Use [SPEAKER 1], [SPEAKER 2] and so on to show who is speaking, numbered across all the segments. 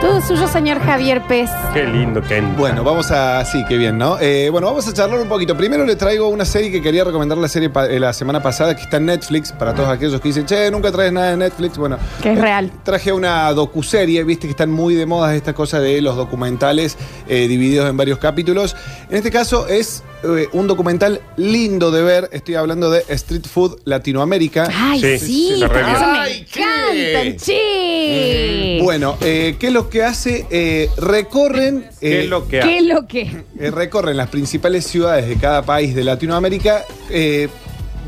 [SPEAKER 1] Todo suyo, señor Javier Pez.
[SPEAKER 2] Qué lindo, Ken.
[SPEAKER 3] Bueno, vamos a. Sí, qué bien, ¿no? Eh, bueno, vamos a charlar un poquito. Primero le traigo una serie que quería recomendar la serie pa- eh, la semana pasada, que está en Netflix, para todos aquellos que dicen, che, nunca traes nada de Netflix. Bueno.
[SPEAKER 1] Que es
[SPEAKER 3] eh,
[SPEAKER 1] real.
[SPEAKER 3] Traje una docuserie, viste que están muy de moda esta cosa de los documentales eh, divididos en varios capítulos. En este caso es eh, un documental lindo de ver. Estoy hablando de Street Food Latinoamérica.
[SPEAKER 1] Ay, sí,
[SPEAKER 2] Sí, sí, la
[SPEAKER 1] pero
[SPEAKER 2] revio.
[SPEAKER 1] eso me
[SPEAKER 3] Ay, ¿qué?
[SPEAKER 1] encantan, che.
[SPEAKER 3] Bueno, eh, ¿qué es lo que hace? Eh, recorren.
[SPEAKER 2] ¿Qué
[SPEAKER 3] eh,
[SPEAKER 2] es lo que
[SPEAKER 1] ¿Qué
[SPEAKER 2] hace?
[SPEAKER 1] es lo que?
[SPEAKER 3] Eh, recorren las principales ciudades de cada país de Latinoamérica eh,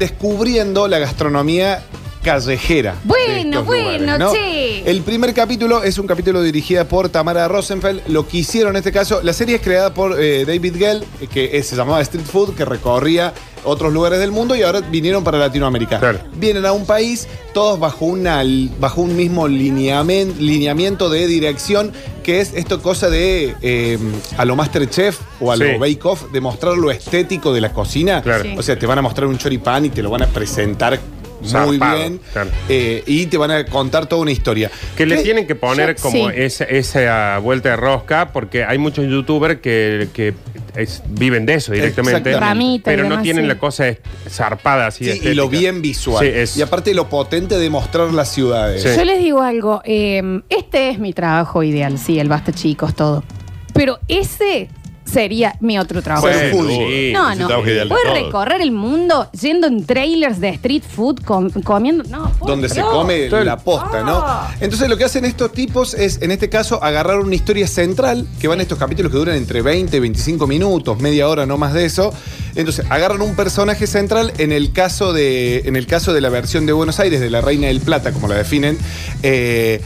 [SPEAKER 3] descubriendo la gastronomía callejera. de
[SPEAKER 1] Bueno,
[SPEAKER 3] estos lugares,
[SPEAKER 1] bueno,
[SPEAKER 3] ¿no?
[SPEAKER 1] che.
[SPEAKER 3] El primer capítulo es un capítulo dirigida por Tamara Rosenfeld. Lo que hicieron en este caso, la serie es creada por eh, David Gell, eh, que eh, se llamaba Street Food, que recorría otros lugares del mundo y ahora vinieron para Latinoamérica.
[SPEAKER 2] Claro.
[SPEAKER 3] Vienen a un país, todos bajo, una, bajo un mismo lineamen- lineamiento de dirección, que es esto cosa de eh, a lo Masterchef o a lo
[SPEAKER 2] Sí.
[SPEAKER 3] Bake Off, de mostrar lo estético de la cocina.
[SPEAKER 2] Claro.
[SPEAKER 1] Sí.
[SPEAKER 3] O sea, te van a mostrar un choripán y te lo van a presentar muy
[SPEAKER 2] Zarpado,
[SPEAKER 3] bien.
[SPEAKER 2] claro.
[SPEAKER 3] Eh, y te van a contar toda una historia.
[SPEAKER 2] Que le
[SPEAKER 3] ¿Qué?
[SPEAKER 2] tienen que poner
[SPEAKER 1] Yo-
[SPEAKER 2] como
[SPEAKER 1] sí.
[SPEAKER 2] esa, esa ah, vuelta de rosca, porque hay muchos youtubers que, que es- viven de eso directamente.
[SPEAKER 3] Exactamente.
[SPEAKER 1] Ramita y
[SPEAKER 2] pero no
[SPEAKER 1] demás,
[SPEAKER 2] tienen
[SPEAKER 1] sí.
[SPEAKER 2] la cosa es- zarpada así.
[SPEAKER 3] Sí, y
[SPEAKER 2] estética.
[SPEAKER 3] lo bien visual.
[SPEAKER 2] Sí, es-
[SPEAKER 3] Y aparte lo potente de mostrar las ciudades.
[SPEAKER 2] Sí.
[SPEAKER 1] Yo les digo algo. eh, este es mi trabajo ideal, sí, el basta chicos, todo. Pero ese sería mi otro trabajo.
[SPEAKER 3] Bueno,
[SPEAKER 1] ideal. no, no. Puedes recorrer el mundo yendo en trailers de street food, com- comiendo. No, por
[SPEAKER 3] Donde se
[SPEAKER 1] Dios.
[SPEAKER 3] come
[SPEAKER 2] Todo el-
[SPEAKER 3] la posta,
[SPEAKER 1] Ah.
[SPEAKER 3] ¿no? Entonces lo que hacen estos tipos es, en este caso, agarrar una historia central, que van estos capítulos que duran entre 20 y 25 minutos, media hora, no más de eso. Entonces, agarran un personaje central, en el caso de, en el caso de la versión de Buenos Aires, de la Reina del Plata, como la definen, eh,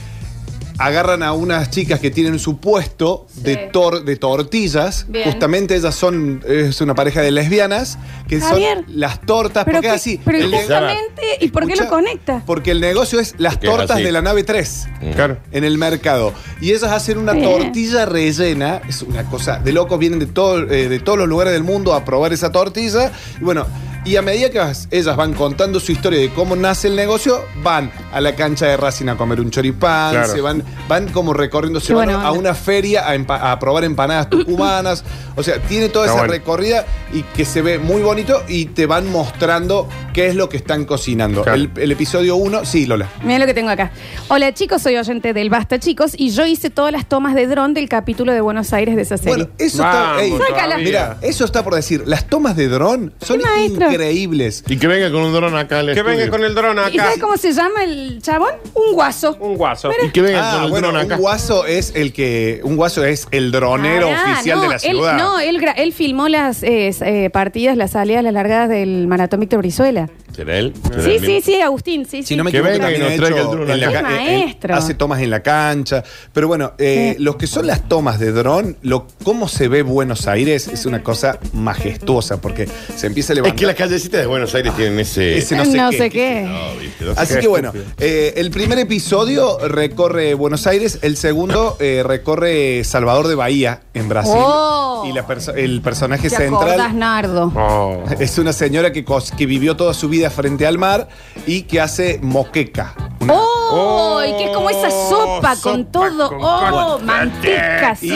[SPEAKER 3] agarran a unas chicas que tienen su puesto de,
[SPEAKER 1] Sí.
[SPEAKER 3] tor- de tortillas.
[SPEAKER 1] Bien.
[SPEAKER 3] Justamente ellas son, es una pareja de lesbianas, que
[SPEAKER 1] Javier.
[SPEAKER 3] son las tortas,
[SPEAKER 1] Pero,
[SPEAKER 3] porque
[SPEAKER 1] qué-
[SPEAKER 3] así.
[SPEAKER 1] pero
[SPEAKER 3] el ne-
[SPEAKER 1] justamente, ¿y por qué lo
[SPEAKER 3] Escucha,
[SPEAKER 1] conecta?
[SPEAKER 3] Porque el negocio es las
[SPEAKER 4] Porque es
[SPEAKER 3] tortas
[SPEAKER 4] así. Mm.
[SPEAKER 3] de la nave 3
[SPEAKER 2] Claro.
[SPEAKER 3] en el mercado. Y ellas hacen una
[SPEAKER 1] Bien.
[SPEAKER 3] tortilla rellena. Es una cosa de locos. Vienen de, todo, eh, de todos los lugares del mundo a probar esa tortilla. Y bueno, y a medida que vas- ellas van contando su historia de cómo nace el negocio, van a la cancha de Racing a comer un choripán.
[SPEAKER 2] Claro.
[SPEAKER 3] Se van, van como recorriendo. Se
[SPEAKER 1] Qué
[SPEAKER 3] van
[SPEAKER 1] buena
[SPEAKER 3] a
[SPEAKER 1] onda.
[SPEAKER 3] una feria a, empa- a probar empanadas tucumanas. o sea, tiene toda
[SPEAKER 2] Está
[SPEAKER 3] esa
[SPEAKER 2] bueno.
[SPEAKER 3] recorrida y que se ve muy bonito y te van mostrando qué es lo que están cocinando.
[SPEAKER 2] Claro.
[SPEAKER 3] El, el episodio 1, sí, Lola.
[SPEAKER 1] Mira lo que tengo acá. Hola chicos, soy oyente del Basta Chicos y yo hice todas las tomas de dron del capítulo de Buenos Aires de esa serie.
[SPEAKER 3] Bueno, eso
[SPEAKER 2] Vamos,
[SPEAKER 3] está.
[SPEAKER 1] Sácala.
[SPEAKER 3] mira, eso está por decir. Las tomas de dron son
[SPEAKER 1] Sí, maestro.
[SPEAKER 3] increíbles.
[SPEAKER 4] Y que venga con un dron acá al
[SPEAKER 2] Que venga
[SPEAKER 4] estudio.
[SPEAKER 2] con el dron
[SPEAKER 1] ¿Y
[SPEAKER 2] acá.
[SPEAKER 1] sabes cómo se llama el chabón? Un guaso.
[SPEAKER 2] Un guaso.
[SPEAKER 4] Y que venga
[SPEAKER 3] Ah,
[SPEAKER 4] con el
[SPEAKER 3] bueno,
[SPEAKER 4] dron acá.
[SPEAKER 3] un guaso es el que. Un guaso es el dronero
[SPEAKER 1] Pará,
[SPEAKER 3] oficial
[SPEAKER 1] Ah, no,
[SPEAKER 3] de la ciudad.
[SPEAKER 1] Él, no, él, gra- él filmó las eh, eh, partidas, las salidas, las largadas del Maratón Víctor Brizuela.
[SPEAKER 4] ¿Será él? ¿Será
[SPEAKER 1] Sí,
[SPEAKER 4] él
[SPEAKER 1] sí,
[SPEAKER 4] mismo?
[SPEAKER 1] sí, Agustín, sí, sí.
[SPEAKER 3] Si no me
[SPEAKER 4] Que
[SPEAKER 3] equivoco,
[SPEAKER 4] venga y
[SPEAKER 3] también
[SPEAKER 4] nos
[SPEAKER 3] ha
[SPEAKER 4] traiga
[SPEAKER 3] hecho
[SPEAKER 4] el dron
[SPEAKER 3] en la
[SPEAKER 1] acá.
[SPEAKER 3] ca-
[SPEAKER 1] Es
[SPEAKER 3] en-
[SPEAKER 1] maestro.
[SPEAKER 3] hace tomas en la cancha. Pero bueno, eh, los que son las tomas de dron, lo, cómo se ve Buenos Aires es una cosa majestuosa porque se empieza a
[SPEAKER 4] Es
[SPEAKER 3] levantar.
[SPEAKER 4] que las callecitas de Buenos Aires tienen ese.
[SPEAKER 3] Ese-
[SPEAKER 1] Eh, no sé qué.
[SPEAKER 4] No, viste, no sé.
[SPEAKER 3] Así
[SPEAKER 2] Qué
[SPEAKER 3] que bueno,
[SPEAKER 2] estúpido.
[SPEAKER 3] eh, el primer episodio recorre Buenos Aires, el segundo eh, recorre Salvador de Bahía en Brasil.
[SPEAKER 1] Oh.
[SPEAKER 3] Y la perso- el personaje
[SPEAKER 1] ¿Te acordás,
[SPEAKER 3] central
[SPEAKER 1] Nardo?
[SPEAKER 2] Oh.
[SPEAKER 3] es una señora que, cos- que vivió toda su vida frente al mar y que hace moqueca. Una-
[SPEAKER 1] ¡Oh! y que es como esa sopa, con
[SPEAKER 2] Sopa
[SPEAKER 1] todo.
[SPEAKER 2] con
[SPEAKER 1] ¡Oh!
[SPEAKER 2] cosas.
[SPEAKER 1] Mantecas.
[SPEAKER 3] Y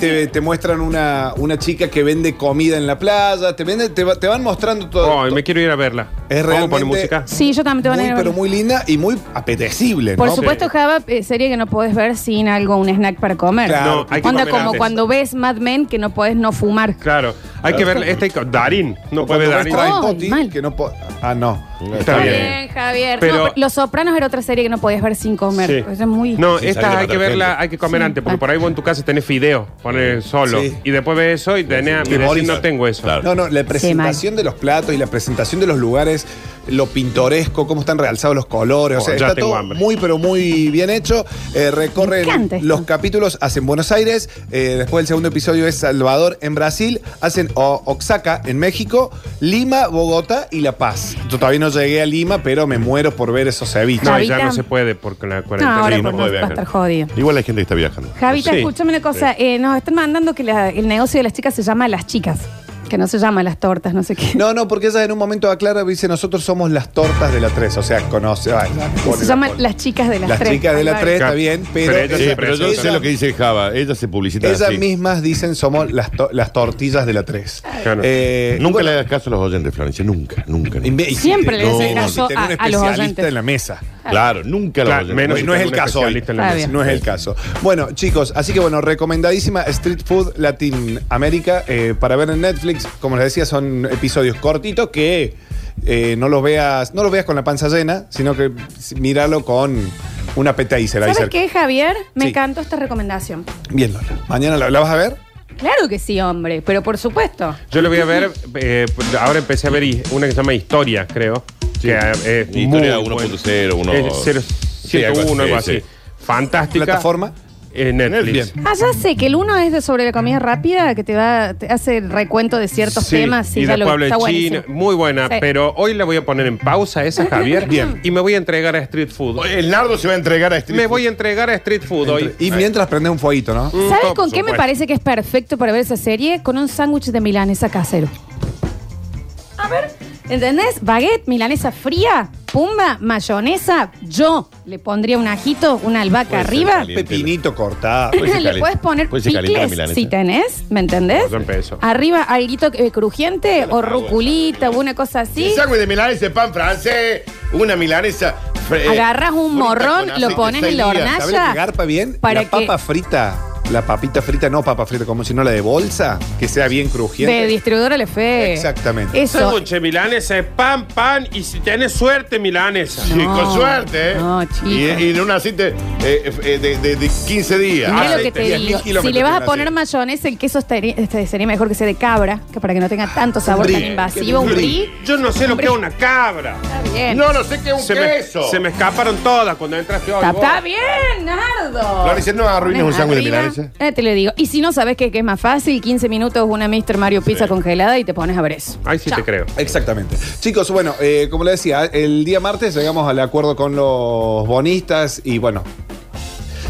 [SPEAKER 3] te, te muestran una, una chica que vende comida en la playa, te, vende, te, va- te van mostrando todo.
[SPEAKER 2] Oh, y me quiero ir a verla.
[SPEAKER 3] Es
[SPEAKER 2] ¿Cómo
[SPEAKER 3] realmente-
[SPEAKER 2] pone música?
[SPEAKER 1] Sí, yo también te voy a
[SPEAKER 3] muy,
[SPEAKER 1] negar.
[SPEAKER 3] pero muy linda y muy apetecible,
[SPEAKER 1] Por
[SPEAKER 3] ¿no?
[SPEAKER 1] supuesto, Java, eh, serie que no podés ver sin algo, un snack para comer.
[SPEAKER 3] Claro.
[SPEAKER 2] No, hay que
[SPEAKER 1] Onda
[SPEAKER 2] comer
[SPEAKER 1] como
[SPEAKER 2] antes.
[SPEAKER 1] cuando ves Mad Men que no podés no fumar.
[SPEAKER 2] Claro, hay que ver este Darín, no
[SPEAKER 3] O cuando
[SPEAKER 2] puede
[SPEAKER 3] ves
[SPEAKER 2] Darín.
[SPEAKER 3] Train
[SPEAKER 1] Oh,
[SPEAKER 3] Spotting,
[SPEAKER 1] mal.
[SPEAKER 3] que no po- Ah, no.
[SPEAKER 2] Está bien.
[SPEAKER 1] Bien, Javier.
[SPEAKER 2] Pero-
[SPEAKER 1] No, pero Los Sopranos era otra serie que no podías ver sin comer.
[SPEAKER 2] Sí.
[SPEAKER 1] Eso es muy.
[SPEAKER 2] No,
[SPEAKER 4] Sí,
[SPEAKER 2] esta
[SPEAKER 4] sale
[SPEAKER 2] hay que
[SPEAKER 4] para
[SPEAKER 2] verla,
[SPEAKER 4] gente.
[SPEAKER 2] hay que comer
[SPEAKER 1] Sí.
[SPEAKER 2] antes, porque
[SPEAKER 1] Ah.
[SPEAKER 2] por ahí vos en tu casa tenés fideo, poner solo.
[SPEAKER 3] Sí.
[SPEAKER 2] Y después ves eso y tenés,
[SPEAKER 4] Sí,
[SPEAKER 2] y decís,
[SPEAKER 4] morís.
[SPEAKER 2] no tengo eso.
[SPEAKER 4] Claro.
[SPEAKER 3] No, no, la presentación de los platos y la presentación de los lugares, lo pintoresco, cómo están realzados los colores. o
[SPEAKER 2] Oh,
[SPEAKER 3] sea,
[SPEAKER 2] ya
[SPEAKER 3] está
[SPEAKER 2] tengo
[SPEAKER 3] todo
[SPEAKER 2] hambre.
[SPEAKER 3] muy, pero muy bien hecho. Eh, recorren
[SPEAKER 1] Me encanta esto.
[SPEAKER 3] los capítulos, hacen Buenos Aires. eh, después el segundo episodio es Salvador en Brasil. Hacen O- Oaxaca en México, Lima, Bogotá y La Paz. Yo todavía no llegué a Lima, pero me muero por ver esos ceviches.
[SPEAKER 2] No, y
[SPEAKER 1] Chavita.
[SPEAKER 2] ya no se puede porque la
[SPEAKER 1] No,
[SPEAKER 2] cuarentena.
[SPEAKER 1] ahora
[SPEAKER 4] Sí, no
[SPEAKER 1] por
[SPEAKER 4] puede
[SPEAKER 1] no va a
[SPEAKER 4] viajar.
[SPEAKER 1] estar jodido.
[SPEAKER 4] Igual hay gente que está viajando.
[SPEAKER 1] Javita,
[SPEAKER 4] Sí.
[SPEAKER 1] escúchame una cosa. Eh, nos están mandando que la- el negocio de las chicas se llama Las Chicas. Que no se llama Las Tortas, no sé qué.
[SPEAKER 3] No, no, porque ella en un momento aclara, dice, nosotros somos las tortas de la 3, o sea, conoce. ay, pone
[SPEAKER 1] se
[SPEAKER 3] la
[SPEAKER 1] llaman
[SPEAKER 3] pol-
[SPEAKER 1] Las Chicas de las
[SPEAKER 3] Las
[SPEAKER 1] Tres.
[SPEAKER 3] chicas de la
[SPEAKER 1] Álvaro.
[SPEAKER 3] tres, está bien, pero...
[SPEAKER 2] Pero ella
[SPEAKER 4] Sí,
[SPEAKER 2] se
[SPEAKER 4] pero yo
[SPEAKER 2] presenta.
[SPEAKER 4] sé lo que dice Java. Ella se publicita
[SPEAKER 3] Ellas
[SPEAKER 4] así.
[SPEAKER 3] mismas dicen somos las, to- las tortillas de la Eh, 3.
[SPEAKER 2] Claro.
[SPEAKER 4] Nunca le hagas caso a los oyentes, Florencia. Nunca, nunca. nunca.
[SPEAKER 1] Siempre le
[SPEAKER 4] hacen
[SPEAKER 1] caso
[SPEAKER 3] tener un
[SPEAKER 1] a- a los
[SPEAKER 3] especialista
[SPEAKER 1] oyentes.
[SPEAKER 3] en la mesa.
[SPEAKER 4] Claro, nunca
[SPEAKER 2] Claro,
[SPEAKER 4] los
[SPEAKER 2] menos
[SPEAKER 4] oyentes.
[SPEAKER 3] No, no es el
[SPEAKER 2] Un
[SPEAKER 3] caso. hoy.
[SPEAKER 2] especialista en la
[SPEAKER 1] Está mesa. bien.
[SPEAKER 3] No es el caso. Bueno, chicos, así que bueno, recomendadísima Street Food Latinoamérica eh, para ver en Netflix. Como les decía, son episodios cortitos que eh, no los veas, no los veas con la panza llena, sino que s- míralo con un appetizer ahí
[SPEAKER 1] ¿Sabes
[SPEAKER 3] cerca.
[SPEAKER 1] qué, Javier? Me
[SPEAKER 3] Sí.
[SPEAKER 1] encantó esta recomendación.
[SPEAKER 3] Bien, Lola. Mañana la, la vas a ver.
[SPEAKER 1] Claro que sí, hombre, pero por supuesto.
[SPEAKER 2] Yo lo voy a ver, eh, ahora empecé a ver hi- una que se llama Historia, creo. Que, eh, es
[SPEAKER 4] Historia
[SPEAKER 2] muy buena.
[SPEAKER 4] 1.0, uno-
[SPEAKER 2] Es cero-
[SPEAKER 4] Sí, algo
[SPEAKER 2] 101, algo
[SPEAKER 4] así,
[SPEAKER 2] así.
[SPEAKER 4] sí.
[SPEAKER 2] Fantástica.
[SPEAKER 3] Plataforma.
[SPEAKER 2] Eh, Netflix.
[SPEAKER 1] Ah, ya sé que el uno es de sobre la comida rápida, que te va, te hace el recuento de ciertos
[SPEAKER 2] Sí,
[SPEAKER 1] temas. Sí,
[SPEAKER 2] y
[SPEAKER 1] ya
[SPEAKER 2] después
[SPEAKER 1] lo
[SPEAKER 2] hablo de
[SPEAKER 1] está
[SPEAKER 2] China,
[SPEAKER 1] buenísimo.
[SPEAKER 2] muy buena,
[SPEAKER 1] Sí.
[SPEAKER 2] pero hoy la voy a poner en pausa esa, Javier,
[SPEAKER 3] Bien.
[SPEAKER 2] y me voy a entregar a Street Food.
[SPEAKER 4] El nardo se va a entregar a este.
[SPEAKER 2] Me voy a entregar a Street Food hoy.
[SPEAKER 3] Y mientras prende un fueguito, ¿no?
[SPEAKER 2] Mm,
[SPEAKER 1] ¿Sabes
[SPEAKER 2] top,
[SPEAKER 1] con qué me
[SPEAKER 2] supuesto.
[SPEAKER 1] parece que es perfecto para ver esa serie? Con un sándwich de milanesa casero. A ver, ¿entendés? Baguette, milanesa fría, pumba, mayonesa. Yo le pondría un ajito, una albahaca
[SPEAKER 4] Puede ser
[SPEAKER 1] arriba.
[SPEAKER 4] caliente.
[SPEAKER 3] Pepinito cortado.
[SPEAKER 4] Puede ser
[SPEAKER 1] Le
[SPEAKER 4] caliente.
[SPEAKER 1] puedes poner
[SPEAKER 4] Puede ser caliente la
[SPEAKER 1] picles
[SPEAKER 4] milanesa.
[SPEAKER 1] si tenés, ¿me entendés?
[SPEAKER 2] Ya empezó.
[SPEAKER 1] Arriba alguito eh, crujiente o ruculita o una cosa así.
[SPEAKER 4] El sándwich de milanesa de pan francés, una milanesa. fre-
[SPEAKER 1] Agarras un
[SPEAKER 4] frita
[SPEAKER 1] morrón,
[SPEAKER 4] con aceite,
[SPEAKER 1] lo pones en la
[SPEAKER 4] sandía.
[SPEAKER 1] hornalla.
[SPEAKER 3] ¿Sabes lo que garpa bien?
[SPEAKER 1] Para
[SPEAKER 3] la papa
[SPEAKER 1] que-
[SPEAKER 3] frita. La papita frita, no papa frita, como si no la de bolsa, que sea bien crujiente.
[SPEAKER 1] De distribuidor LF.
[SPEAKER 3] Exactamente.
[SPEAKER 1] Eso.
[SPEAKER 2] Sándwich de milanesa es pan, pan, y si tenés suerte, milanesa.
[SPEAKER 4] Sí,
[SPEAKER 1] No,
[SPEAKER 4] con suerte, ¿eh?
[SPEAKER 1] no, chico.
[SPEAKER 4] Y, y de un aceite eh, eh, de, de- de 15 días.
[SPEAKER 1] Y mira lo que
[SPEAKER 4] Aceite,
[SPEAKER 1] te
[SPEAKER 4] 10.000
[SPEAKER 1] digo.
[SPEAKER 4] kilómetros
[SPEAKER 1] Si le vas a
[SPEAKER 4] de
[SPEAKER 1] poner
[SPEAKER 4] aceite.
[SPEAKER 1] mayonesa, el queso estaría- este, sería mejor que sea de cabra, que para que no tenga tanto sabor
[SPEAKER 3] brie.
[SPEAKER 1] tan invasivo. Un brie.
[SPEAKER 2] Yo no sé lo que es una cabra.
[SPEAKER 1] Está bien.
[SPEAKER 4] Ah, No, no sé qué es un
[SPEAKER 2] Se me,
[SPEAKER 4] queso.
[SPEAKER 2] se me escaparon todas cuando entraste hoy.
[SPEAKER 1] Está,
[SPEAKER 2] vos.
[SPEAKER 1] está bien, Nardo.
[SPEAKER 4] Florencia, no arruines un sándwich de
[SPEAKER 1] Arriba,
[SPEAKER 4] milanesa.
[SPEAKER 1] eh, te lo digo. Y si no sabes qué, qué es más fácil, 15 minutos, una Mr. Mario Pizza congelada y te pones a ver eso.
[SPEAKER 2] Ahí sí te creo.
[SPEAKER 3] Exactamente. Chicos, bueno, eh, como les decía, el día martes llegamos al acuerdo con los bonistas y bueno.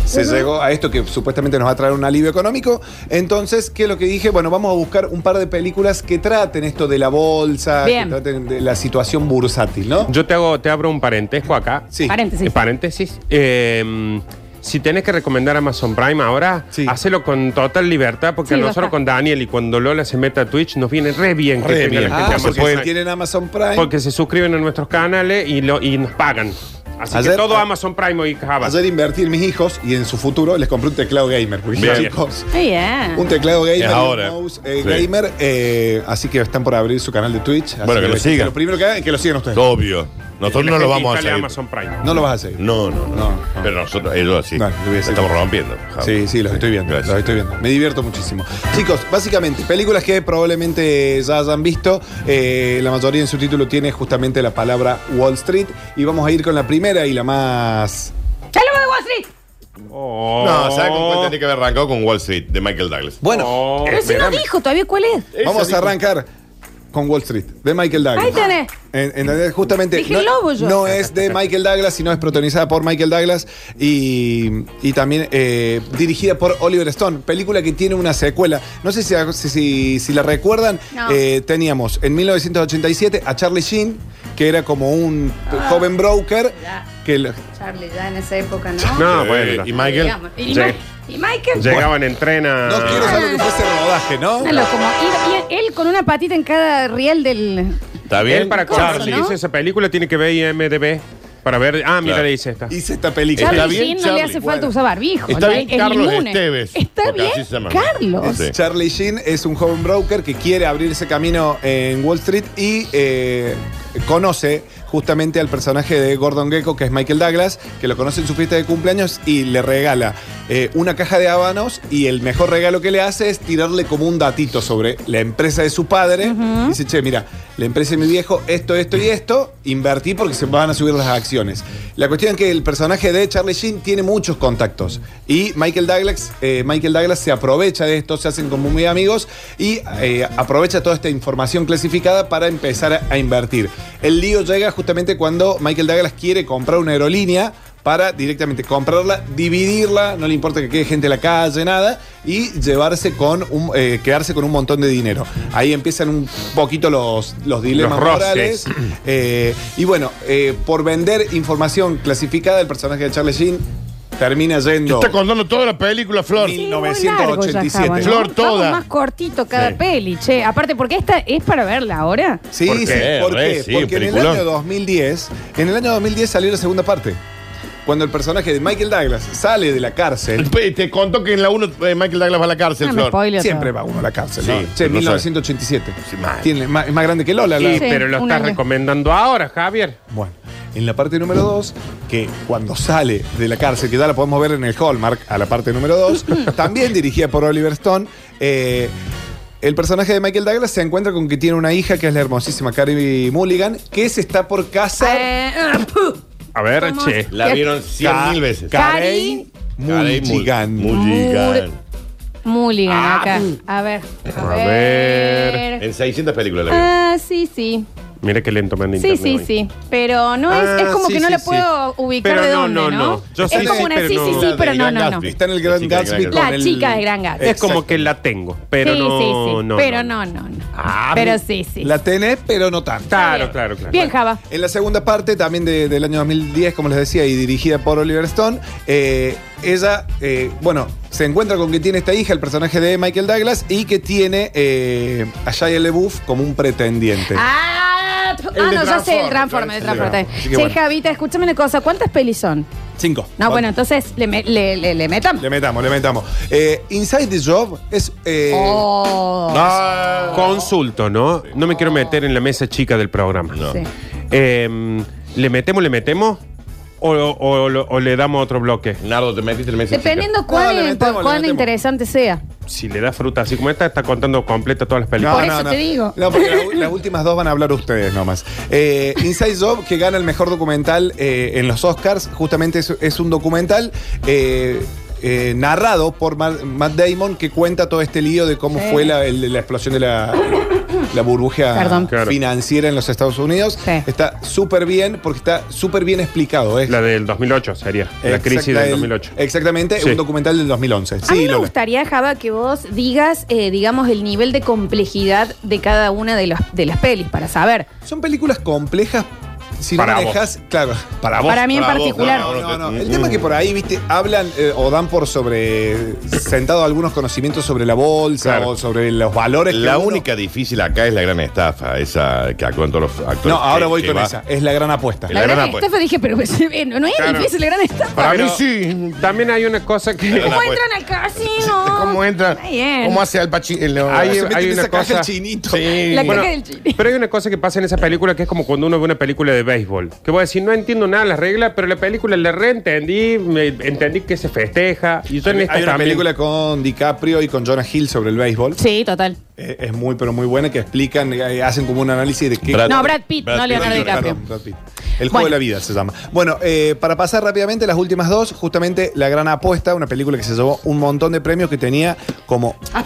[SPEAKER 3] Se llegó a esto que supuestamente nos va a traer un alivio económico. Entonces, ¿qué es lo que dije? Bueno, vamos a buscar un par de películas que traten esto de la bolsa,
[SPEAKER 1] Bien.
[SPEAKER 3] que traten de la situación bursátil, ¿no?
[SPEAKER 2] Yo te hago, te abro un parentesco acá.
[SPEAKER 3] Sí.
[SPEAKER 1] Paréntesis.
[SPEAKER 2] Eh, paréntesis. Eh, si tenés que recomendar Amazon Prime ahora,
[SPEAKER 3] Sí.
[SPEAKER 2] hacelo con total libertad, porque
[SPEAKER 1] Sí,
[SPEAKER 2] a nosotros
[SPEAKER 1] basta.
[SPEAKER 2] con Daniel y cuando Lola se meta a Twitch nos viene re bien que
[SPEAKER 4] Re
[SPEAKER 2] tenga
[SPEAKER 4] bien.
[SPEAKER 2] la
[SPEAKER 3] Ah,
[SPEAKER 2] gente
[SPEAKER 3] porque
[SPEAKER 2] Amazon
[SPEAKER 3] si
[SPEAKER 2] Prime.
[SPEAKER 3] tienen Amazon Prime.
[SPEAKER 2] Porque se suscriben a nuestros canales y, lo, y nos pagan. Así
[SPEAKER 3] Ayer-
[SPEAKER 2] que todo Amazon Prime y Java.
[SPEAKER 3] Ayer invertí en mis hijos y en su futuro les compré un teclado gamer. porque
[SPEAKER 2] Bien.
[SPEAKER 3] chicos,
[SPEAKER 1] Muy bien.
[SPEAKER 3] Un teclado gamer,
[SPEAKER 4] Es
[SPEAKER 3] y un
[SPEAKER 4] ahora.
[SPEAKER 3] mouse eh,
[SPEAKER 4] Sí.
[SPEAKER 3] gamer. eh, así que están por abrir su canal de Twitch. Así
[SPEAKER 4] Bueno, que lo sigan.
[SPEAKER 3] Lo primero que hagan es que lo sigan ustedes.
[SPEAKER 4] Obvio. Nosotros
[SPEAKER 2] La
[SPEAKER 4] no
[SPEAKER 2] gente
[SPEAKER 4] lo vamos a
[SPEAKER 2] instale
[SPEAKER 4] hacer.
[SPEAKER 2] Amazon Prime.
[SPEAKER 3] No lo vas a hacer.
[SPEAKER 4] No, no, no.
[SPEAKER 3] No, no.
[SPEAKER 4] Pero nosotros, ellos así.
[SPEAKER 3] No, yo voy a hacer-
[SPEAKER 4] estamos rompiendo.
[SPEAKER 3] Sí, sí, los estoy viendo.
[SPEAKER 4] Gracias.
[SPEAKER 3] Los estoy viendo. Me divierto muchísimo. Chicos, básicamente, películas que probablemente ya hayan visto. eh, la mayoría en su título tiene justamente la palabra Wall Street. Y vamos a ir con la primera y la más.
[SPEAKER 1] ¡Chalo de Wall Street!
[SPEAKER 4] Eh,
[SPEAKER 2] Oh.
[SPEAKER 4] No, ¿sabes con cuál tenía que haber arrancado? Con Wall Street, de Michael Douglas.
[SPEAKER 3] Bueno,
[SPEAKER 2] Oh,
[SPEAKER 1] Pero si no
[SPEAKER 2] espérame.
[SPEAKER 1] dijo todavía cuál es.
[SPEAKER 3] vamos
[SPEAKER 4] Esa
[SPEAKER 3] a
[SPEAKER 4] dijo-
[SPEAKER 3] arrancar con Wall Street, de Michael Douglas.
[SPEAKER 1] Ahí tenés.
[SPEAKER 3] En- ¿Entendés? Justamente.
[SPEAKER 1] Dije
[SPEAKER 3] no,
[SPEAKER 1] lobo yo.
[SPEAKER 3] no es de Michael Douglas, sino es protagonizada por Michael Douglas y, y también eh, dirigida por Oliver Stone. Película que tiene una secuela. No sé si, si, si- si la recuerdan.
[SPEAKER 1] No.
[SPEAKER 3] eh, teníamos en 1987 a Charlie Sheen, que era como un joven broker.
[SPEAKER 1] Ah. Ya.
[SPEAKER 3] Que lo-
[SPEAKER 1] Charlie, ya en esa época,
[SPEAKER 2] No,
[SPEAKER 4] Eh,
[SPEAKER 2] Ah, bueno.
[SPEAKER 4] y Michael.
[SPEAKER 1] Digamos. Y,
[SPEAKER 2] Llega-
[SPEAKER 1] Ma- y Michael.
[SPEAKER 2] Llegaban en tren a.
[SPEAKER 4] Ah.
[SPEAKER 3] no quiero saber lo que fue ese rodaje, ¿no?
[SPEAKER 1] Una loco, mo- y- y él con una patita en cada riel del.
[SPEAKER 4] ¿Está bien?
[SPEAKER 2] Él para
[SPEAKER 1] Cosa,
[SPEAKER 2] cuando
[SPEAKER 1] ¿no?
[SPEAKER 2] dice esa película tiene que ver IMDB para ver. Ah, mira,
[SPEAKER 4] Claro.
[SPEAKER 2] le dice esta.
[SPEAKER 3] Hice esta película.
[SPEAKER 4] Está
[SPEAKER 1] Charlie
[SPEAKER 4] bien,
[SPEAKER 1] Sheen no
[SPEAKER 4] Charlie.
[SPEAKER 1] le hace falta
[SPEAKER 3] Bueno.
[SPEAKER 1] usar barbijo.
[SPEAKER 4] Está
[SPEAKER 1] ¿no?
[SPEAKER 4] bien,
[SPEAKER 1] Es
[SPEAKER 4] Carlos
[SPEAKER 1] inmune.
[SPEAKER 4] Esteves,
[SPEAKER 1] Está
[SPEAKER 4] porque
[SPEAKER 1] bien,
[SPEAKER 4] así se llama.
[SPEAKER 1] Carlos.
[SPEAKER 4] Sí.
[SPEAKER 3] Charlie Sheen es un joven broker que quiere abrirse camino en Wall Street y eh, conoce justamente al personaje de Gordon Gecko, que es Michael Douglas, que lo conoce en su fiesta de cumpleaños y le regala eh, una caja de habanos y el mejor regalo que le hace es tirarle como un datito sobre la empresa de su padre. Dice, che, mira, la empresa de mi viejo, esto, esto y esto, invertí porque se van a subir las acciones. La cuestión es que el personaje de Charlie Sheen tiene muchos contactos y Michael Douglas, eh, Michael Douglas se aprovecha de esto, se hacen como muy amigos y eh, aprovecha toda esta información clasificada para empezar a- a invertir. El lío llega justamente cuando Michael Douglas quiere comprar una aerolínea para directamente comprarla, dividirla, no le importa que quede gente en la calle, nada, y llevarse con un, eh, quedarse con un montón de dinero. Ahí empiezan un poquito los, los dilemas
[SPEAKER 2] roces.
[SPEAKER 3] morales. Eh, y bueno, eh, por vender información clasificada, el personaje de Charlie Sheen termina yendo.
[SPEAKER 4] Está contando toda la película, Flor.
[SPEAKER 3] Sí.
[SPEAKER 1] Sí, muy largo ya
[SPEAKER 3] 1987.
[SPEAKER 1] estaba, ¿no?
[SPEAKER 4] Flor
[SPEAKER 1] Vamos
[SPEAKER 4] toda.
[SPEAKER 1] más cortito cada
[SPEAKER 4] Sí.
[SPEAKER 1] peli, che. Aparte, porque esta es para verla ahora.
[SPEAKER 3] Sí,
[SPEAKER 4] ¿Por
[SPEAKER 3] sí,
[SPEAKER 4] qué?
[SPEAKER 3] ¿por
[SPEAKER 4] Re,
[SPEAKER 3] qué?
[SPEAKER 4] sí,
[SPEAKER 3] Porque en el
[SPEAKER 4] peliculón.
[SPEAKER 3] año 2010, en el año 2010 salió la segunda parte. Cuando el personaje de Michael Douglas sale de la cárcel,
[SPEAKER 4] Pe- Te contó que en la 1 Michael Douglas va a la cárcel,
[SPEAKER 1] Ah, me
[SPEAKER 4] Flor.
[SPEAKER 1] spoileo
[SPEAKER 3] siempre
[SPEAKER 1] todo.
[SPEAKER 3] va uno a la cárcel.
[SPEAKER 4] Sí,
[SPEAKER 3] ¿no? Che,
[SPEAKER 4] no
[SPEAKER 3] 1987.
[SPEAKER 4] Sí, mal.
[SPEAKER 3] Tiene- más- es más grande que Lola. la-
[SPEAKER 2] Y,
[SPEAKER 1] Sí,
[SPEAKER 2] pero lo
[SPEAKER 1] un
[SPEAKER 2] estás
[SPEAKER 1] año.
[SPEAKER 2] recomendando ahora, Javier.
[SPEAKER 3] Bueno, en la parte número 2, que cuando sale de la cárcel, que ya la podemos ver en el Hallmark, a la parte número 2, también dirigida por Oliver Stone, eh, el personaje de Michael Douglas se encuentra con que tiene una hija, que es la hermosísima Carrie Mulligan, que se está por casar.
[SPEAKER 1] Eh, puh.
[SPEAKER 2] A ver,
[SPEAKER 1] ¿Cómo?
[SPEAKER 2] che.
[SPEAKER 4] La vieron
[SPEAKER 3] Ca-
[SPEAKER 4] cien mil veces.
[SPEAKER 3] Carey
[SPEAKER 4] Caray, Mul-
[SPEAKER 3] Mulligan.
[SPEAKER 4] Mulligan.
[SPEAKER 1] Mulligan
[SPEAKER 2] Ah,
[SPEAKER 1] acá. A ver.
[SPEAKER 2] A
[SPEAKER 1] A ver.
[SPEAKER 4] En 600 películas la vieron.
[SPEAKER 1] Ah, sí, sí.
[SPEAKER 2] Mira qué lento me anda
[SPEAKER 1] Sí, sí,
[SPEAKER 2] internet hoy.
[SPEAKER 1] sí. Pero no es, es
[SPEAKER 4] Ah,
[SPEAKER 1] como
[SPEAKER 4] sí,
[SPEAKER 1] que no
[SPEAKER 4] sí,
[SPEAKER 1] la
[SPEAKER 4] sí.
[SPEAKER 1] puedo ubicar
[SPEAKER 2] Pero
[SPEAKER 1] de
[SPEAKER 2] no,
[SPEAKER 1] dónde,
[SPEAKER 2] no,
[SPEAKER 1] ¿no?
[SPEAKER 2] no. Yo
[SPEAKER 1] es
[SPEAKER 2] sí,
[SPEAKER 1] como una
[SPEAKER 2] pero
[SPEAKER 1] sí, sí,
[SPEAKER 2] no.
[SPEAKER 1] sí,
[SPEAKER 4] La
[SPEAKER 1] pero
[SPEAKER 4] de
[SPEAKER 1] no,
[SPEAKER 4] Gran
[SPEAKER 1] no, no.
[SPEAKER 4] Gatsby.
[SPEAKER 3] Está en el Gran
[SPEAKER 4] Sí, que el
[SPEAKER 3] Gatsby.
[SPEAKER 4] Gran
[SPEAKER 3] con
[SPEAKER 1] Gatsby. La
[SPEAKER 3] el-
[SPEAKER 1] chica de Gran Gatsby.
[SPEAKER 2] Es como que la tengo, pero
[SPEAKER 1] sí,
[SPEAKER 2] no,
[SPEAKER 1] sí, sí.
[SPEAKER 2] no.
[SPEAKER 1] pero no, no, no.
[SPEAKER 2] Ah,
[SPEAKER 1] pero sí, sí.
[SPEAKER 3] La tenés, pero no tanto.
[SPEAKER 2] Claro, claro, claro.
[SPEAKER 1] Bien, Java.
[SPEAKER 3] En la segunda parte, también de- del año 2010, como les decía, y dirigida por Oliver Stone, eh, ella, eh, bueno, se encuentra con que tiene esta hija, el personaje de Michael Douglas, y que tiene eh, a Shia LeBouf como un pretendiente.
[SPEAKER 1] Ah, p-
[SPEAKER 4] El
[SPEAKER 1] ah,
[SPEAKER 4] de
[SPEAKER 1] no, ya sé, el
[SPEAKER 4] Transformers,
[SPEAKER 1] Transformer, el
[SPEAKER 4] el de
[SPEAKER 1] Transformer.
[SPEAKER 3] Transformers. Así
[SPEAKER 1] Sí,
[SPEAKER 3] que bueno.
[SPEAKER 1] Javita, escúchame una cosa. ¿Cuántas pelis son?
[SPEAKER 3] Cinco.
[SPEAKER 1] No, bueno, entonces le, me- le, le, le metamos.
[SPEAKER 3] Le metamos, le metamos. Eh, Inside the Job es. eh,
[SPEAKER 1] Oh.
[SPEAKER 4] Ah,
[SPEAKER 2] Consulto, ¿no? No me quiero meter en la mesa chica del programa.
[SPEAKER 1] Sí.
[SPEAKER 2] Eh, ¿Le metemos, le metemos? ¿O, o- o- o le damos otro bloque?
[SPEAKER 4] Nardo, te metiste en el mes.
[SPEAKER 1] Dependiendo
[SPEAKER 3] No,
[SPEAKER 1] cuál,
[SPEAKER 3] le metemos,
[SPEAKER 1] por
[SPEAKER 3] le
[SPEAKER 1] cuán
[SPEAKER 3] metemos.
[SPEAKER 1] interesante sea.
[SPEAKER 2] Si le da fruta así como esta, está contando completa todas las películas.
[SPEAKER 1] Por eso te digo.
[SPEAKER 3] No, porque la u- las últimas dos van a hablar ustedes nomás. Eh, Inside Job, que gana el mejor documental eh, en los Oscars, justamente es, es un documental. eh, eh, narrado por Ma- Matt Damon que cuenta todo este lío de cómo
[SPEAKER 1] Sí.
[SPEAKER 3] fue la, el- la explosión de la, la burbuja
[SPEAKER 1] Perdón.
[SPEAKER 2] Claro.
[SPEAKER 3] financiera en los Estados Unidos.
[SPEAKER 1] Sí.
[SPEAKER 3] Está súper bien porque está súper bien explicado. Es
[SPEAKER 2] La del 2008 sería. La
[SPEAKER 3] exacta-
[SPEAKER 2] crisis
[SPEAKER 3] el-
[SPEAKER 2] del 2008.
[SPEAKER 3] Exactamente,
[SPEAKER 2] Sí.
[SPEAKER 3] un documental del 2011.
[SPEAKER 1] A mí me
[SPEAKER 3] Lola.
[SPEAKER 1] gustaría, Java, que vos digas, eh, digamos, el nivel de complejidad de cada una de, las- de las pelis para saber.
[SPEAKER 3] Son películas complejas si
[SPEAKER 2] Para
[SPEAKER 3] no
[SPEAKER 2] vos.
[SPEAKER 3] manejas, claro, para vos.
[SPEAKER 1] Para mí en particular.
[SPEAKER 3] No, no, no. Mm. El tema es que por ahí, viste, hablan eh, o dan por sobre sentado algunos conocimientos sobre la bolsa
[SPEAKER 2] Claro.
[SPEAKER 3] o sobre los valores. que
[SPEAKER 4] La
[SPEAKER 3] uno-
[SPEAKER 4] única difícil acá es la gran estafa, esa que actúan todos los actores.
[SPEAKER 3] No, ahora
[SPEAKER 4] que-
[SPEAKER 3] voy
[SPEAKER 4] que
[SPEAKER 3] con
[SPEAKER 4] va-
[SPEAKER 3] esa. Es la gran apuesta.
[SPEAKER 4] La
[SPEAKER 1] La gran
[SPEAKER 4] gran
[SPEAKER 1] estafa
[SPEAKER 4] apuesta.
[SPEAKER 1] dije, pero eh, no es
[SPEAKER 2] Claro.
[SPEAKER 1] difícil la gran estafa.
[SPEAKER 4] Para mí
[SPEAKER 2] Pero-
[SPEAKER 4] sí.
[SPEAKER 2] También hay una cosa que.
[SPEAKER 4] Perdón.
[SPEAKER 1] ¿Cómo
[SPEAKER 4] Gran
[SPEAKER 1] entran
[SPEAKER 4] apuesta.
[SPEAKER 1] al casino?
[SPEAKER 4] ¿Cómo entra?
[SPEAKER 1] Ah, Está bien.
[SPEAKER 4] ¿Cómo hace al pachino?
[SPEAKER 2] Hay-
[SPEAKER 3] Se mete
[SPEAKER 2] hay
[SPEAKER 3] en
[SPEAKER 2] una
[SPEAKER 3] esa caja
[SPEAKER 2] cosa-
[SPEAKER 3] el chinito.
[SPEAKER 4] Sí.
[SPEAKER 1] La
[SPEAKER 2] Bueno,
[SPEAKER 1] caja del chino.
[SPEAKER 2] pero hay una cosa que pasa en esa película que es como cuando uno ve una película de béisbol. Que voy a decir, no entiendo nada de las reglas, pero la película la reentendí, me- entendí que se festeja. Y yo en esta
[SPEAKER 3] Hay una
[SPEAKER 2] también-
[SPEAKER 3] película con DiCaprio y con Jonah Hill sobre el béisbol.
[SPEAKER 1] Sí, total.
[SPEAKER 3] Eh, es muy, pero muy buena, que explican, eh, hacen como un análisis de qué...
[SPEAKER 4] Brad-
[SPEAKER 1] No, Brad Pitt,
[SPEAKER 4] Brad
[SPEAKER 1] no
[SPEAKER 4] Pitt,
[SPEAKER 1] Leonardo
[SPEAKER 4] Brad Pitt,
[SPEAKER 1] DiCaprio.
[SPEAKER 3] Perdón, Brad Pitt. El juego
[SPEAKER 1] Bueno.
[SPEAKER 3] de la vida se llama. Bueno, eh, para pasar rápidamente las últimas dos, justamente La Gran Apuesta, una película que se llevó un montón de premios que tenía como
[SPEAKER 1] Ah,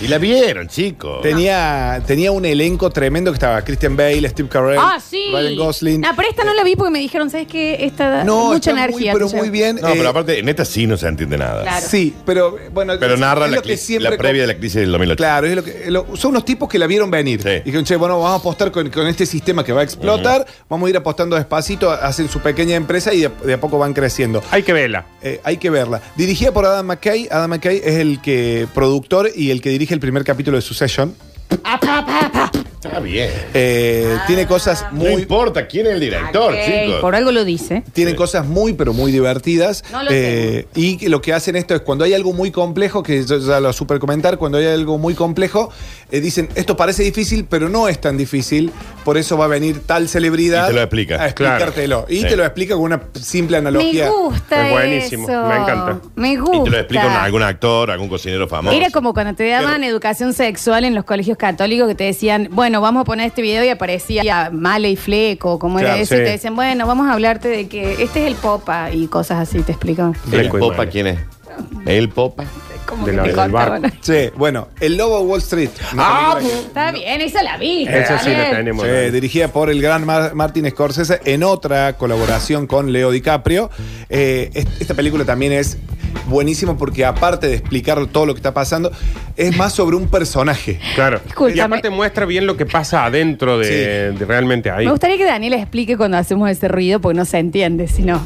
[SPEAKER 4] Y la vieron, chicos.
[SPEAKER 3] Tenía, tenía un elenco tremendo que estaba Christian Bale, Steve Carell,
[SPEAKER 1] Ah, sí.
[SPEAKER 3] Eh, Ryan Gosling.
[SPEAKER 1] No, pero esta no la vi porque me dijeron, ¿sabes qué? Esta da
[SPEAKER 3] No,
[SPEAKER 1] mucha
[SPEAKER 3] está muy,
[SPEAKER 1] energía.
[SPEAKER 3] pero
[SPEAKER 1] te
[SPEAKER 3] muy
[SPEAKER 1] lleva.
[SPEAKER 3] bien.
[SPEAKER 4] No,
[SPEAKER 3] eh,
[SPEAKER 4] pero aparte, en esta sí no se entiende nada.
[SPEAKER 1] Claro.
[SPEAKER 3] Sí, pero eh, bueno.
[SPEAKER 4] Pero
[SPEAKER 3] es-
[SPEAKER 4] narra
[SPEAKER 3] es
[SPEAKER 4] la,
[SPEAKER 3] lo que
[SPEAKER 4] crisis-
[SPEAKER 3] siempre
[SPEAKER 4] la previa de la crisis del 2008.
[SPEAKER 3] Claro, es lo que- es lo- son unos tipos que la vieron venir.
[SPEAKER 4] Sí.
[SPEAKER 3] Y dijeron, che, bueno, vamos a apostar con, con este sistema que va a explotar, vamos a ir apostando despacito, hacen su pequeña empresa y de, de a poco van creciendo.
[SPEAKER 2] Hay que verla.
[SPEAKER 3] Eh, hay que verla. Dirigida por Adam McKay. Adam McKay es el que productor y el que dirige el primer capítulo de Succession.
[SPEAKER 1] Ah,
[SPEAKER 4] Está bien.
[SPEAKER 3] Eh, tiene cosas
[SPEAKER 4] No
[SPEAKER 3] muy
[SPEAKER 4] importa quién es el director,
[SPEAKER 1] ok,
[SPEAKER 4] chicos.
[SPEAKER 1] Por algo lo dice.
[SPEAKER 3] Tienen cosas muy, pero muy divertidas.
[SPEAKER 1] No lo
[SPEAKER 3] Eh, y que lo que hacen esto es cuando hay algo muy complejo, que yo ya lo super comentar, cuando hay algo muy complejo, eh, dicen, esto parece difícil, pero no es tan difícil, por eso va a venir tal celebridad.
[SPEAKER 4] Y te lo explica.
[SPEAKER 3] A explicártelo. Y
[SPEAKER 4] Sí.
[SPEAKER 3] te lo explica con una simple
[SPEAKER 1] Me
[SPEAKER 3] analogía.
[SPEAKER 1] gusta
[SPEAKER 2] Es buenísimo,
[SPEAKER 1] eso.
[SPEAKER 2] me encanta.
[SPEAKER 1] Me gusta.
[SPEAKER 4] Y te lo explica un- algún actor, algún cocinero famoso.
[SPEAKER 1] Era como cuando te daban educación sexual en los colegios católicos que te decían, bueno, vamos a poner este video y aparecía Male y Fleco, como era
[SPEAKER 2] Claro,
[SPEAKER 1] eso,
[SPEAKER 2] sí.
[SPEAKER 1] y te decían, bueno, vamos a hablarte de que este es el popa y cosas así, te explican.
[SPEAKER 4] ¿El
[SPEAKER 2] Blanco y
[SPEAKER 4] Popa
[SPEAKER 2] negro.
[SPEAKER 4] quién es? ¿El Popa?
[SPEAKER 1] Como
[SPEAKER 2] De
[SPEAKER 1] que
[SPEAKER 2] la-
[SPEAKER 1] te
[SPEAKER 2] del
[SPEAKER 1] cortaban.
[SPEAKER 2] barco.
[SPEAKER 3] Sí, bueno, El Lobo de Wall Street. una
[SPEAKER 4] ¡Ah!
[SPEAKER 3] película que-
[SPEAKER 1] Está bien, esa la vi.
[SPEAKER 2] Esa sí la
[SPEAKER 1] Daniel.
[SPEAKER 2] tenemos.
[SPEAKER 3] Sí, dirigida por el gran Mar- Martin Scorsese en otra colaboración con Leo DiCaprio. Eh, est- esta película también es buenísima porque aparte de explicar todo lo que está pasando, es más sobre un personaje.
[SPEAKER 2] Claro.
[SPEAKER 1] Discúlpame.
[SPEAKER 2] Y aparte muestra bien lo que pasa adentro de, de realmente ahí.
[SPEAKER 1] Me gustaría que Daniel explique cuando hacemos ese ruido, porque no se entiende, si no.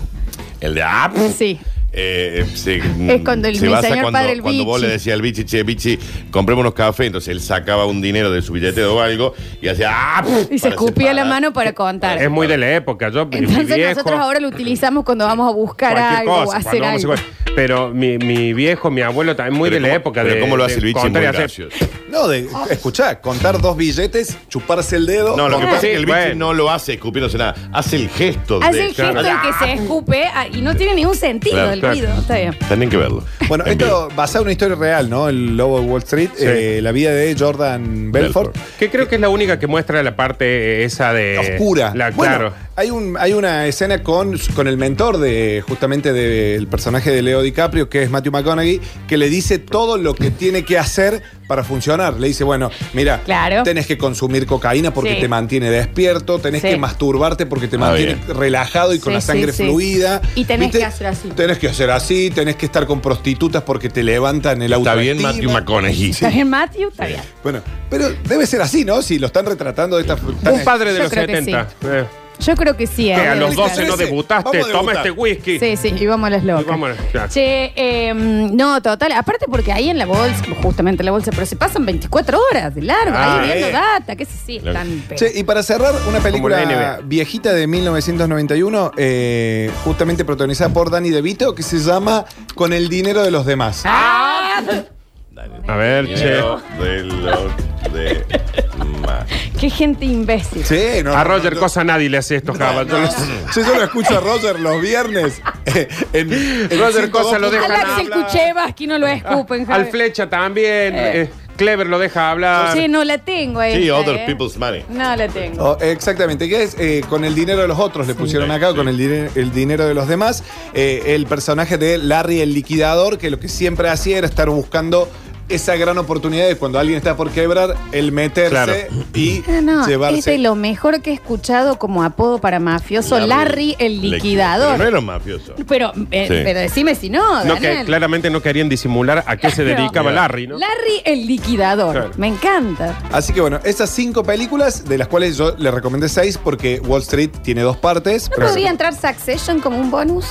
[SPEAKER 4] ¿El de Ah,
[SPEAKER 1] Sí.
[SPEAKER 4] Eh, se,
[SPEAKER 1] Es cuando el-
[SPEAKER 4] se
[SPEAKER 1] mi
[SPEAKER 4] basa
[SPEAKER 1] señor
[SPEAKER 4] cuando,
[SPEAKER 1] padre, el
[SPEAKER 4] cuando vos
[SPEAKER 1] bichi.
[SPEAKER 4] le decías al bichi, che, bichi, compremos unos cafés. Entonces él sacaba un dinero de su billete o algo y hacía. ¡Ah!
[SPEAKER 1] Y se
[SPEAKER 4] para
[SPEAKER 1] escupía la
[SPEAKER 4] separar.
[SPEAKER 1] mano para contar.
[SPEAKER 2] Es muy de la época. Yo, mi
[SPEAKER 1] Entonces
[SPEAKER 2] viejo,
[SPEAKER 1] nosotros ahora lo utilizamos cuando vamos a buscar
[SPEAKER 2] cualquier
[SPEAKER 1] algo o
[SPEAKER 2] cosa,
[SPEAKER 1] hacer
[SPEAKER 2] cuando vamos a
[SPEAKER 1] algo.
[SPEAKER 2] hacer- Pero mi, mi viejo, mi abuelo también muy
[SPEAKER 4] Pero
[SPEAKER 2] de la
[SPEAKER 4] cómo-
[SPEAKER 2] época.
[SPEAKER 4] pero
[SPEAKER 2] de,
[SPEAKER 4] ¿Cómo lo
[SPEAKER 2] de
[SPEAKER 4] hace el bichi?
[SPEAKER 2] contar
[SPEAKER 4] Muy
[SPEAKER 2] y hacer-
[SPEAKER 4] gracioso.
[SPEAKER 3] No, de escuchá, contar dos billetes, chuparse el dedo.
[SPEAKER 4] No, lo que
[SPEAKER 3] contar-
[SPEAKER 4] pasa es que el bichi
[SPEAKER 2] Ah. bueno.
[SPEAKER 4] no lo hace escupiéndose nada. Hace el gesto
[SPEAKER 1] Hace
[SPEAKER 4] de.
[SPEAKER 1] el gesto
[SPEAKER 4] Claro.
[SPEAKER 1] de que se escupe ah, y no tiene ningún sentido
[SPEAKER 4] Claro,
[SPEAKER 1] el
[SPEAKER 2] claro.
[SPEAKER 1] ruido. Está bien.
[SPEAKER 4] Tienen que verlo.
[SPEAKER 3] Bueno,
[SPEAKER 4] En vivo.
[SPEAKER 3] esto basado en una historia real, ¿no? El Lobo de Wall Street,
[SPEAKER 2] Sí.
[SPEAKER 3] eh, la vida de Jordan Belfort.
[SPEAKER 4] Belfort.
[SPEAKER 2] Que creo que es la única que muestra la parte eh, esa de.
[SPEAKER 3] oscura.
[SPEAKER 2] La,
[SPEAKER 3] Bueno,
[SPEAKER 2] Claro.
[SPEAKER 3] Hay, un, hay una escena con, con el mentor de justamente del personaje de Leo DiCaprio, que es Matthew McConaughey, que le dice todo lo que tiene que hacer para funcionar. Le dice, bueno, mira,
[SPEAKER 1] Claro.
[SPEAKER 3] tenés que consumir cocaína porque
[SPEAKER 1] Sí.
[SPEAKER 3] te mantiene despierto, tenés
[SPEAKER 1] Sí.
[SPEAKER 3] que masturbarte porque te
[SPEAKER 4] Ah,
[SPEAKER 3] mantiene
[SPEAKER 4] bien.
[SPEAKER 3] relajado y con
[SPEAKER 1] Sí,
[SPEAKER 3] la
[SPEAKER 1] sí,
[SPEAKER 3] sangre
[SPEAKER 1] sí.
[SPEAKER 3] fluida.
[SPEAKER 1] Y tenés que hacer así.
[SPEAKER 3] Tenés que hacer así, tenés que estar con prostitutas porque te levantan el auto.
[SPEAKER 4] Está bien, Matthew McConaughey.
[SPEAKER 1] ¿Está bien, Matthew? Está bien.
[SPEAKER 3] Bueno, pero debe ser así, ¿no? Si lo están retratando de esta tan
[SPEAKER 2] Un padre de
[SPEAKER 1] Yo
[SPEAKER 2] los
[SPEAKER 1] creo que
[SPEAKER 2] 70. eh,
[SPEAKER 1] Yo creo que sí.
[SPEAKER 2] que
[SPEAKER 1] ¿eh?
[SPEAKER 2] a los
[SPEAKER 1] Debe
[SPEAKER 2] 12
[SPEAKER 1] ser.
[SPEAKER 2] no
[SPEAKER 3] Trece.
[SPEAKER 2] debutaste.
[SPEAKER 3] Vamos a
[SPEAKER 2] Toma
[SPEAKER 3] debutar.
[SPEAKER 2] este whisky.
[SPEAKER 1] Sí, sí, y vamos a las locas.
[SPEAKER 2] Y vamos a las- claro.
[SPEAKER 1] Che, eh, no, total. Aparte porque ahí en la bolsa, justamente en la bolsa, pero se pasan 24 horas de largo,
[SPEAKER 2] Ah,
[SPEAKER 1] ahí viendo
[SPEAKER 2] eh.
[SPEAKER 1] data, que sí, están...
[SPEAKER 3] Che, y para cerrar, una
[SPEAKER 2] la
[SPEAKER 3] película
[SPEAKER 2] NBA.
[SPEAKER 3] viejita de 1991, eh, justamente protagonizada por Danny DeVito, que se llama Con el dinero de los demás.
[SPEAKER 1] ¡Ah!
[SPEAKER 2] A ver, che.
[SPEAKER 4] Dinero de los de ma-
[SPEAKER 1] ¡Qué gente imbécil!
[SPEAKER 3] Sí, no,
[SPEAKER 2] A
[SPEAKER 3] no,
[SPEAKER 2] Roger
[SPEAKER 3] no,
[SPEAKER 2] Cosa nadie le hace esto, Java. Yo lo sé.
[SPEAKER 3] yo- yo solo escucho a Roger los viernes. eh, en, en
[SPEAKER 2] Roger
[SPEAKER 3] 102.
[SPEAKER 2] Cosa lo deja
[SPEAKER 1] Al Axel
[SPEAKER 2] hablar.
[SPEAKER 1] Cucheva, aquí no lo escupen,
[SPEAKER 2] Al
[SPEAKER 1] Javier.
[SPEAKER 2] Flecha también. eh, Clever lo deja hablar.
[SPEAKER 1] Che, no la tengo ahí.
[SPEAKER 4] Sí, other people's money.
[SPEAKER 1] No la tengo.
[SPEAKER 3] Oh, exactamente, que es eh, con el dinero de los otros, le pusieron acá, con el, diner- el dinero de los demás. Eh, el personaje de Larry el liquidador, que lo que siempre hacía era estar buscando esa gran oportunidad de cuando alguien está por quebrar, el meterse
[SPEAKER 2] Claro.
[SPEAKER 3] y
[SPEAKER 1] No, no, es
[SPEAKER 3] llevarse.
[SPEAKER 1] de lo mejor que he escuchado como apodo para mafioso, Larry, el liquidador.
[SPEAKER 4] Pero no era un mafioso.
[SPEAKER 1] Pero, eh,
[SPEAKER 4] Sí.
[SPEAKER 1] pero decime si no,
[SPEAKER 2] No,
[SPEAKER 1] Daniel.
[SPEAKER 2] que claramente no querían disimular a qué se
[SPEAKER 1] Claro.
[SPEAKER 2] dedicaba Larry, ¿no?
[SPEAKER 1] Larry el liquidador.
[SPEAKER 2] Claro.
[SPEAKER 1] Me encanta.
[SPEAKER 3] Así que bueno, esas cinco películas, de las cuales yo le recomendé seis, porque Wall Street tiene dos partes.
[SPEAKER 1] ¿No
[SPEAKER 3] pero-
[SPEAKER 1] podría entrar Succession como un bonus?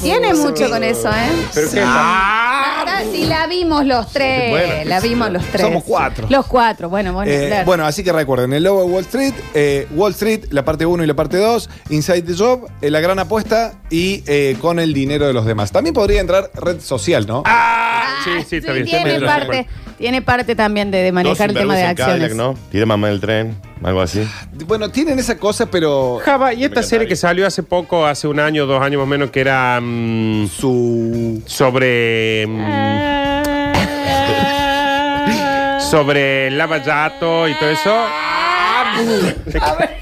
[SPEAKER 1] Tiene mucho con eso, ¿eh?
[SPEAKER 2] Pero qué
[SPEAKER 1] Ah, sí, la vimos los tres.
[SPEAKER 4] Bueno,
[SPEAKER 1] la vimos los tres.
[SPEAKER 3] somos cuatro.
[SPEAKER 1] Los cuatro, bueno, bueno.
[SPEAKER 3] Eh,
[SPEAKER 1] claro.
[SPEAKER 3] bueno, así que recuerden, el logo de Wall Street, eh, Wall Street, la parte 1 y la parte 2, Inside the Job, eh, la gran apuesta y eh, con el dinero de los demás. También podría entrar red social, ¿no?
[SPEAKER 2] Ah, sí, sí,
[SPEAKER 1] Sí,
[SPEAKER 2] está bien.
[SPEAKER 1] tiene,
[SPEAKER 2] Sí,
[SPEAKER 1] parte, tiene parte también de, de manejar el tema de acciones.
[SPEAKER 4] Cadillac, ¿no? Tira mamá del tren, algo así.
[SPEAKER 3] Bueno, tienen esa cosa, pero
[SPEAKER 2] Java, y esta
[SPEAKER 4] encantaría.
[SPEAKER 2] serie que salió hace poco, hace un año, dos años más o menos, que era mm,
[SPEAKER 3] su...
[SPEAKER 2] sobre.
[SPEAKER 1] Ah,
[SPEAKER 2] mm, sobre Lava Jato y todo eso. Ah.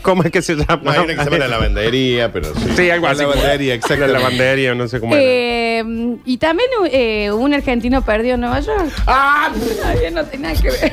[SPEAKER 2] ¿Cómo es que se llama?
[SPEAKER 4] No, hay una que se llama la lavandería, pero sí.
[SPEAKER 2] Sí, algo
[SPEAKER 3] La
[SPEAKER 2] así.
[SPEAKER 3] lavandería, exactamente.
[SPEAKER 2] La lavandería, no sé cómo era.
[SPEAKER 1] Eh, y también eh, un argentino perdió en Nueva York. Todavía no tiene nada que ver.